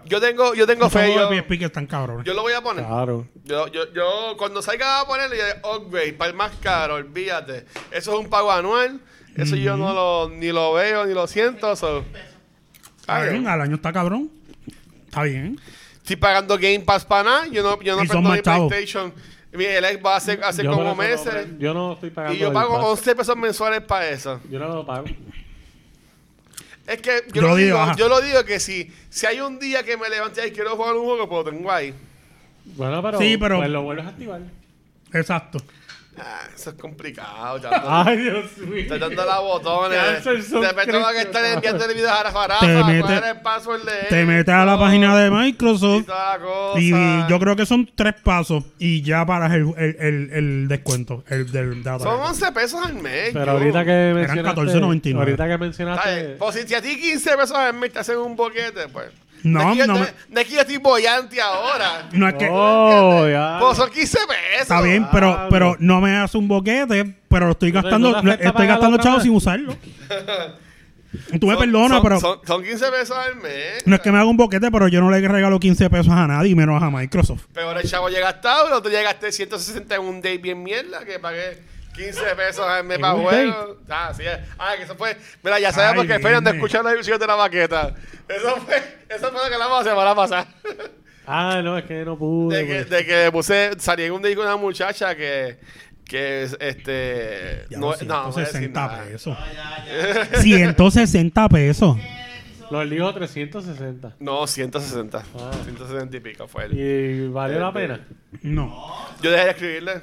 Yo tengo, yo tengo fe. Todos Yo, los PSP que están cabrones. yo lo voy a poner. Claro. Yo, yo, yo cuando salga a ponerle yo, upgrade, para el más caro, olvídate. Eso es un pago anual. Eso yo no lo, ni lo veo, ni lo siento. so. Está Ay, bien, al año está cabrón. Está bien. Estoy pagando Game Pass para nada. Yo no, yo no Y son prendo mi más chavos. PlayStation. Mi ex va hace, hace Yo como por eso no meses. pre- yo no estoy pagando. Y yo el pago pass. 11 pesos mensuales para eso. Yo no lo pago. Es que yo, Yo lo lo digo, digo, ajá. yo lo digo que si, si hay un día que me levante y quiero jugar un juego, pues lo tengo ahí. Bueno, pero, Sí, pero- pues lo vuelves a activar. Exacto. Ah, eso es complicado. Tanto, Ay, Dios mío. Estoy dando la botones. Cancel De repente tengo que subscription. estar enviando el video a Rafa Rafa. Te ¿cuál mete- era el password de Te esto? metes a la página de Y Microsoft toda la cosa. y yo creo que son tres pasos y ya paras el, el, el, el descuento. El del data. Son 11 pesos al mes. Pero yo. ahorita que mencionaste. 14.99. Ahorita que Está bien. mencionaste. Pues si a ti 15 pesos al mes te hacen un boquete, pues. No, de aquí yo, no de- de aquí yo estoy bollante ahora. No es que. Oh, ya. Pues son 15 pesos. Está bien, pero, pero no me hace un boquete, pero lo estoy Pero gastando, no te afecta estoy pagar gastando otra chavos vez. sin (laughs) usarlo. Tú me Son- perdonas, son- pero Son, son 15 pesos al mes. no es que me haga un boquete, pero yo no le regalo 15 pesos a nadie, y menos a Microsoft. Pero ahora el chavo llega hasta ahora, tú llegaste 160 en un date bien mierda, que pagué 15 pesos al mes ¿En para un juego. Ah, sí, es. Ah, que eso fue. Mira, ya sabemos Ay, que Ferian de dime. escuchar la ilusión de la maqueta. Eso fue, eso fue lo que hablamos la semana pasada. Ah, no, es que no pude. De que, pues. de que puse, salí en un date con una muchacha que. que es, este. Ya, no, no, no voy a decir 160 nada. pesos. 160 pesos. Lo elijo 360. No, 160. Ah. 160 y pico fue él. Y valió Eh, la pena. No. Yo dejé de escribirle.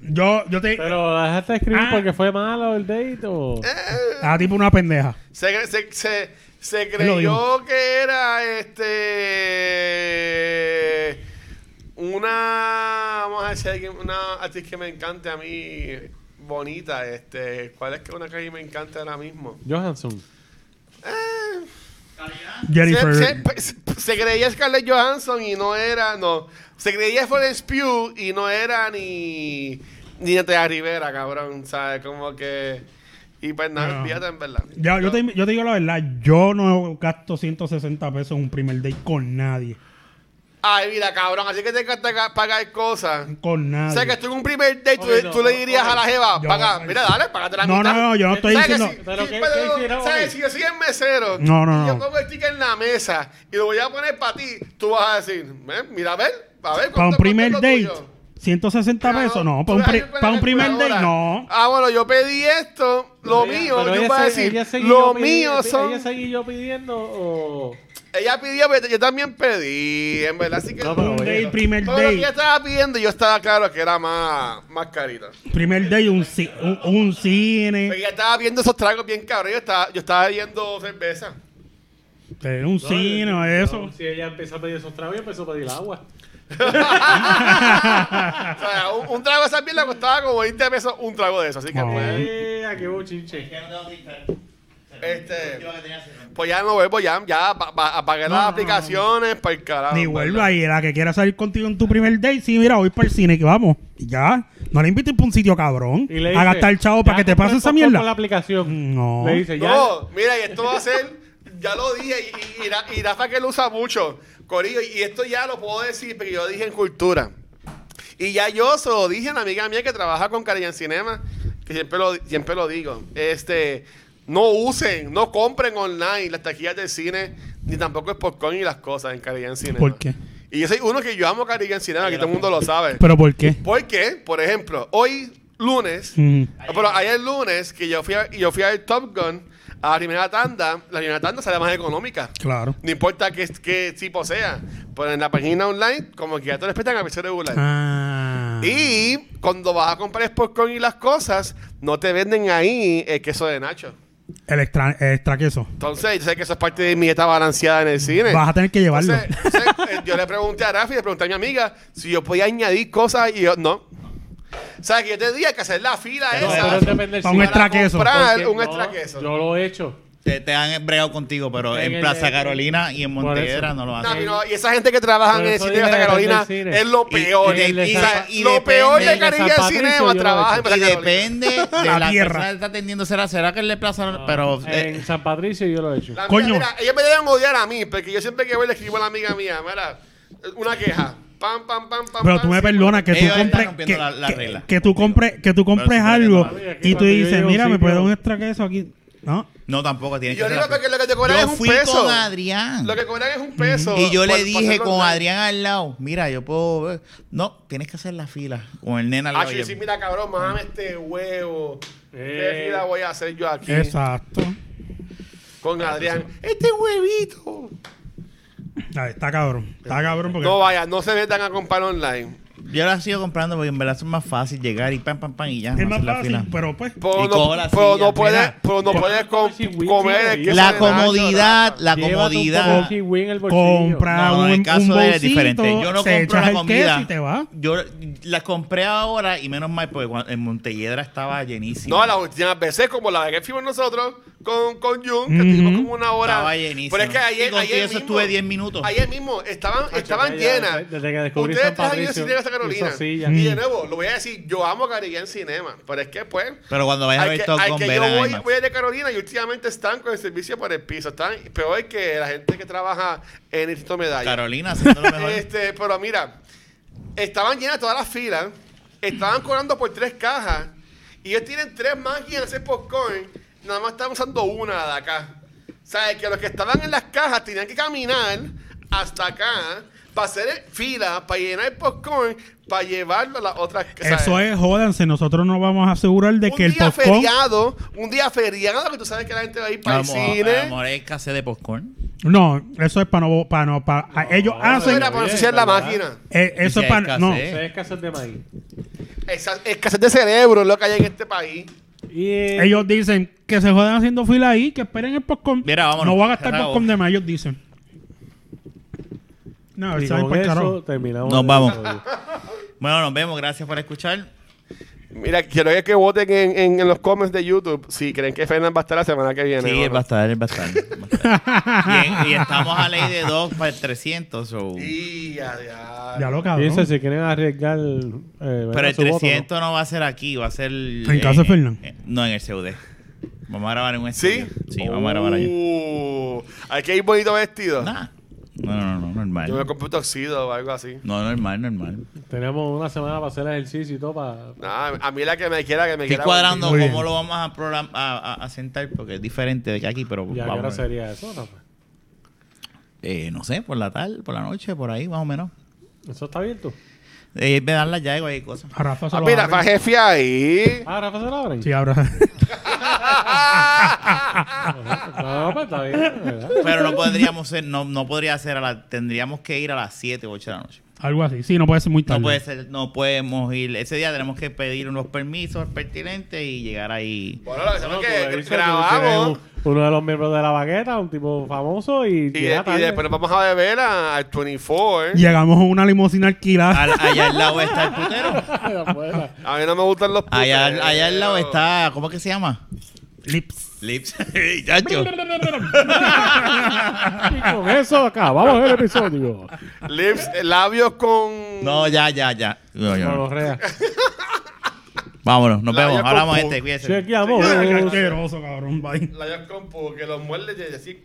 Yo, yo te. Pero ¿la dejaste escribir Ah. porque fue malo el date o. Eh. Ah, tipo una pendeja. Se, cre- se, se, se lo creyó dijo. que era este. Una. Vamos a decir, alguien- una actriz que me encanta a mí. Bonita, este. ¿Cuál es que una que a mí me encanta ahora mismo? Johansson. Eh, Jennifer. se, se, se creía Scarlett Johansson y no era. No. Se creía Florence Pugh y no era ni. Ni Natalia Rivera, cabrón. ¿Sabes? Como que. Y pues nada, No. fíjate en verdad. Ya, yo, te, yo te digo la verdad, yo no gasto 160 pesos en un primer date con nadie. Ay, mira, cabrón, así que te encanta ca- pagar cosas. Con O nadie. sea, que tú en un primer date, tú, Ok, no, tú le dirías ok. a la jeva, Yo- paga, mira, dale, págate la No, mitad. no, no, yo no estoy ¿Sabes que diciendo- si- Pero si- ¿qué- pero, qué hicieron ¿Sabes? hoy? Si yo soy el mesero No, no, y yo no. pongo el ticket en la mesa y lo voy a poner para ti, tú vas a decir, ven, mira, a ver, a ver. Para un ¿cuánto- primer cuánto es date, lo tuyo? 160 pesos, no. Para un, Tú pri- vas a ir con para la un primer date, calculadora. no. Ah, bueno, yo pedí esto, lo Pero ella- mío, pero yo ella voy a se- decir, ella seguí yo lo pidi- mío ella- son... Ella seguí yo pidiendo o. Ella pidió, pero yo también pedí, en verdad, así que... No, pero Un bueno. date, primer Todo lo que ella date. estaba pidiendo, yo estaba claro que era más, más carito. Primer date, un, ci- un, un Pero cine. ella estaba viendo esos tragos bien cabros. Yo estaba, yo estaba viendo cerveza. (laughs) eh, Un cine, No, eso. Si ella empieza a pedir esos tragos, yo empiezo a pedir agua. O sea, un, un trago de esa mierda costaba como 20 pesos un trago de eso. Así que, Ah. pues, Eh, aquí hubo chinche. este, pues ya no vuelvo, ya, ya pa- pa- apagué las aplicaciones para el carajo. Ni en vuelva verdad. ahí, la que quiera salir contigo en tu primer date. Sí, mira, voy para el cine, que vamos. Y Ya. No le invites para un sitio cabrón. Y le a dice, gastar chavo para que "Ya te compré pase esa popcorn mierda. Mm, con la aplicación. No. Le dice, ya. No, mira, y esto va a ser, ya lo dije, y, y, y Ra- y Rafa que lo usa mucho, Corillo, y esto ya lo puedo decir, porque yo dije en cultura. Y ya yo se lo dije a la amiga mía que trabaja con Caribbean Cinema, que siempre lo, siempre lo digo. Este, no usen, no compren online las taquillas del cine, ni tampoco el popcorn y las cosas en Caribbean Cinema. ¿Por qué? Y yo soy uno que yo amo Caribbean Cinema, que todo el mundo lo sabe. ¿Pero por qué? Porque, por ejemplo, hoy lunes, Mm. Ah, pero ayer lunes que yo fui a, yo fui a ver Top Gun a la primera tanda, la primera tanda sale más económica. Claro. No importa qué, qué tipo sea. Pero en la página online, como que ya te respetan a precio regular. Ah. Y cuando vas a comprar el popcorn y las cosas, no te venden ahí el queso de Nacho. El extra, el extra queso. Entonces, yo sé que eso es parte de mi dieta balanceada en el cine. Vas a tener que llevarlo. Entonces, entonces, eh, yo le pregunté a Rafi, le pregunté a mi amiga si yo podía añadir cosas y yo, no. O sea, que yo tenía que hacer la fila No, esa. pero depende del Pa' sitio. un extra queso. comprar un No, extra queso. Yo lo he hecho. Te, te han bregado contigo, pero En en, el- Plaza Carolina y en Por Montera eso. no lo No, hacen. pero- y esa gente que trabaja en Por el eso sitio de dije Santa que depende Carolina del cine. es lo Y- y peor. de- O y sea, de- y lo peor de depende- Carilla San Patricio yo Cinema lo trabaja en he Y Plaza Carolina. depende (laughs) de la, tierra. persona que está atendiendo. ¿Será, será que el de Plaza? no- pero eh, En San Patricio yo lo he hecho. La mía, Coño. mira, ellos me deben odiar a mí, porque yo siempre que voy le escribo a la amiga mía, mira, una queja. Pam, pam, pam, pam. Pero pam, tú me sí. perdonas que tú Ellos están compres rompiendo que, la- la que- regla. que tú compres que tú compres Pero sí, algo no, oye, aquí y tú cuando yo dices, llego a un mira, me sitio- puedes dar un extra queso aquí. No, no, tampoco tiene Y yo que digo ser así. que lo que te cobran Yo es un fui peso. con Adrián. Lo que cobran es un peso. Y yo por- le por dije hacerlo con online. Adrián al lado, mira, yo puedo ver. No, tienes que hacer la fila. Con el nena al Ah, lado. sí, sí, mira, cabrón, mame este huevo. Eh. ¿Qué vida voy a hacer yo aquí? exacto. Con Adrián. Este huevito. Ay, Está cabrón, está cabrón porque No vaya, no se metan a comprar online. Yo la sigo comprando porque en verdad es más fácil llegar y pam, pam, pam y ya. es no más hacer la fácil, fila. pero pues Pero Y cojo la no, pero silla, no puedes, mira. pero no Yo- puedes com- Sí, güey, comer. sí, el yo- queso la de comodidad, Nacho, la Llévate un comodidad. poco de kiwi en el bolsillo. compra No, no, un, en el caso un de él es bolsito, diferente. Yo no se compro echas la el queso comida. y te va. Yo la compré ahora y menos mal porque cuando- en Montelledra estaba llenísimo. No, las últimas veces, como la vez que fuimos nosotros con, con Jun, que estuvimos Ujú. como una hora. Estaba llenísimo. Pero es que ayer, Y contigo ayer eso mismo, estuve 10 minutos. Ayer mismo estaban, estaban ya, llenas. desde- desde que descubrí Ustedes San tres han ido al Patricio, cine de Santa Carolina. eso sí, ya. Mm. y de nuevo, lo voy a decir, yo amo Caribbean Cinema. Pero es que, pues. Pero cuando vayas a al ver que, Top al Gun, que ver yo a voy, IMAX. voy de Carolina y últimamente están con el servicio por el piso. Están peor que la gente que trabaja en el Instituto Medalla. Carolina, haciendo lo mejor. (laughs) Este, pero mira, estaban llenas todas las filas, estaban cobrando por tres cajas, y ellos tienen tres máquinas de hacer popcorn, nada más están usando una de acá. O sea, que los que estaban en las cajas tenían que caminar hasta acá para hacer fila, para llenar el popcorn, para llevarlo a las otras o sea, Eso es, jódanse, nosotros nos vamos a asegurar de Un que el día popcorn feriado, un día feriado que tú sabes que la gente va a ir para el Vamos, cine. a- a lo mejor es escasez de popcorn. No, eso es para no para no para a- ellos Eso hacen era para Oye, ensuciar la ¿verdad? máquina. eh, eso si es hay para no. escasez. Eso es escasez de maíz. Esa escasez de cerebro es lo que hay en este país. Y, eh, Ellos dicen que se jodan haciendo fila ahí, que esperen el popcorn. Mira, vámonos. no van a gastar Cerrado. popcorn de más, ellos dicen. No, y eso es con para el eso carajo. terminamos. Nos el vamos. episodio. Bueno, nos vemos. Gracias por escuchar. Mira, quiero que voten en, en, en los comments de YouTube si creen que Fernan va a estar la semana que viene. Sí, ¿no? es bastante, es bastante. (laughs) y, y estamos a ley de 2 para el 300. o- Y a diablo. Ya lo Dice, cabrón. si quieren arriesgar. eh, ¿verdad? Pero el su voto, ¿no? 300 no. va a ser aquí, va a ser. ¿En eh, casa de Fernan? no, en el CUD. Vamos a grabar en un ¿Sí? Oh. estudio. Sí, vamos a grabar allí. Uh, Hay que ir bonito vestido. Nah. No, no, no, Yo me normal. compré un toxido o algo así. No, normal, normal. Tenemos una semana para hacer ejercicio y todo. Para... Nah, a mí la que me quiera, que me Estoy quiera. cuadrando Muy bien. cómo lo vamos a, program- a, a- a sentar porque es diferente de que aquí, pero ¿Y a qué hora vamos. a ver. sería eso, Rafa? Eh, no sé, por la tarde, por la noche, por ahí, más o menos. ¿Eso está abierto? Eh, me dan las llaves y cosas. A Rafa se Ah, lo mira, abren. va jefe (laughs) ahí. Ah, Rafa se la abren. Sí, abra. Ah. No, pues está bien. ¿verdad? Pero no podríamos ser, no, no podría ser a la, tendríamos que ir a las 7 o 8 de la noche. (laughs) Algo así. Sí, no puede ser muy tarde. No puede ser, no podemos ir. Ese día tenemos que pedir unos permisos pertinentes y llegar ahí. Bueno, lo que hacemos No, es tú que le dices, tú grabamos. tienes un- Uno de los miembros de la bagueta, un tipo famoso, y, Y, de- llega y tarde. después nos vamos a beber a- al ¿eh? 24. Llegamos a una limusina alquilada. Al- allá al lado está el putero. Afuera. A mí no me gustan los putos. Allá, allá al lado está, ¿cómo es que se llama? Lips. Lips. (laughs) Chacho. (laughs) y con eso acabamos el episodio. (laughs) Lips, eh, labios con. No, ya, ya, ya. No, ya, no. (laughs) Gonorrea. Vámonos, nos La vemos. ya Hablamos, este, con- gente. Cuídense. Chequeamos. Asqueroso, cabrón. Bye. Labios con pu, que los muerdes y así.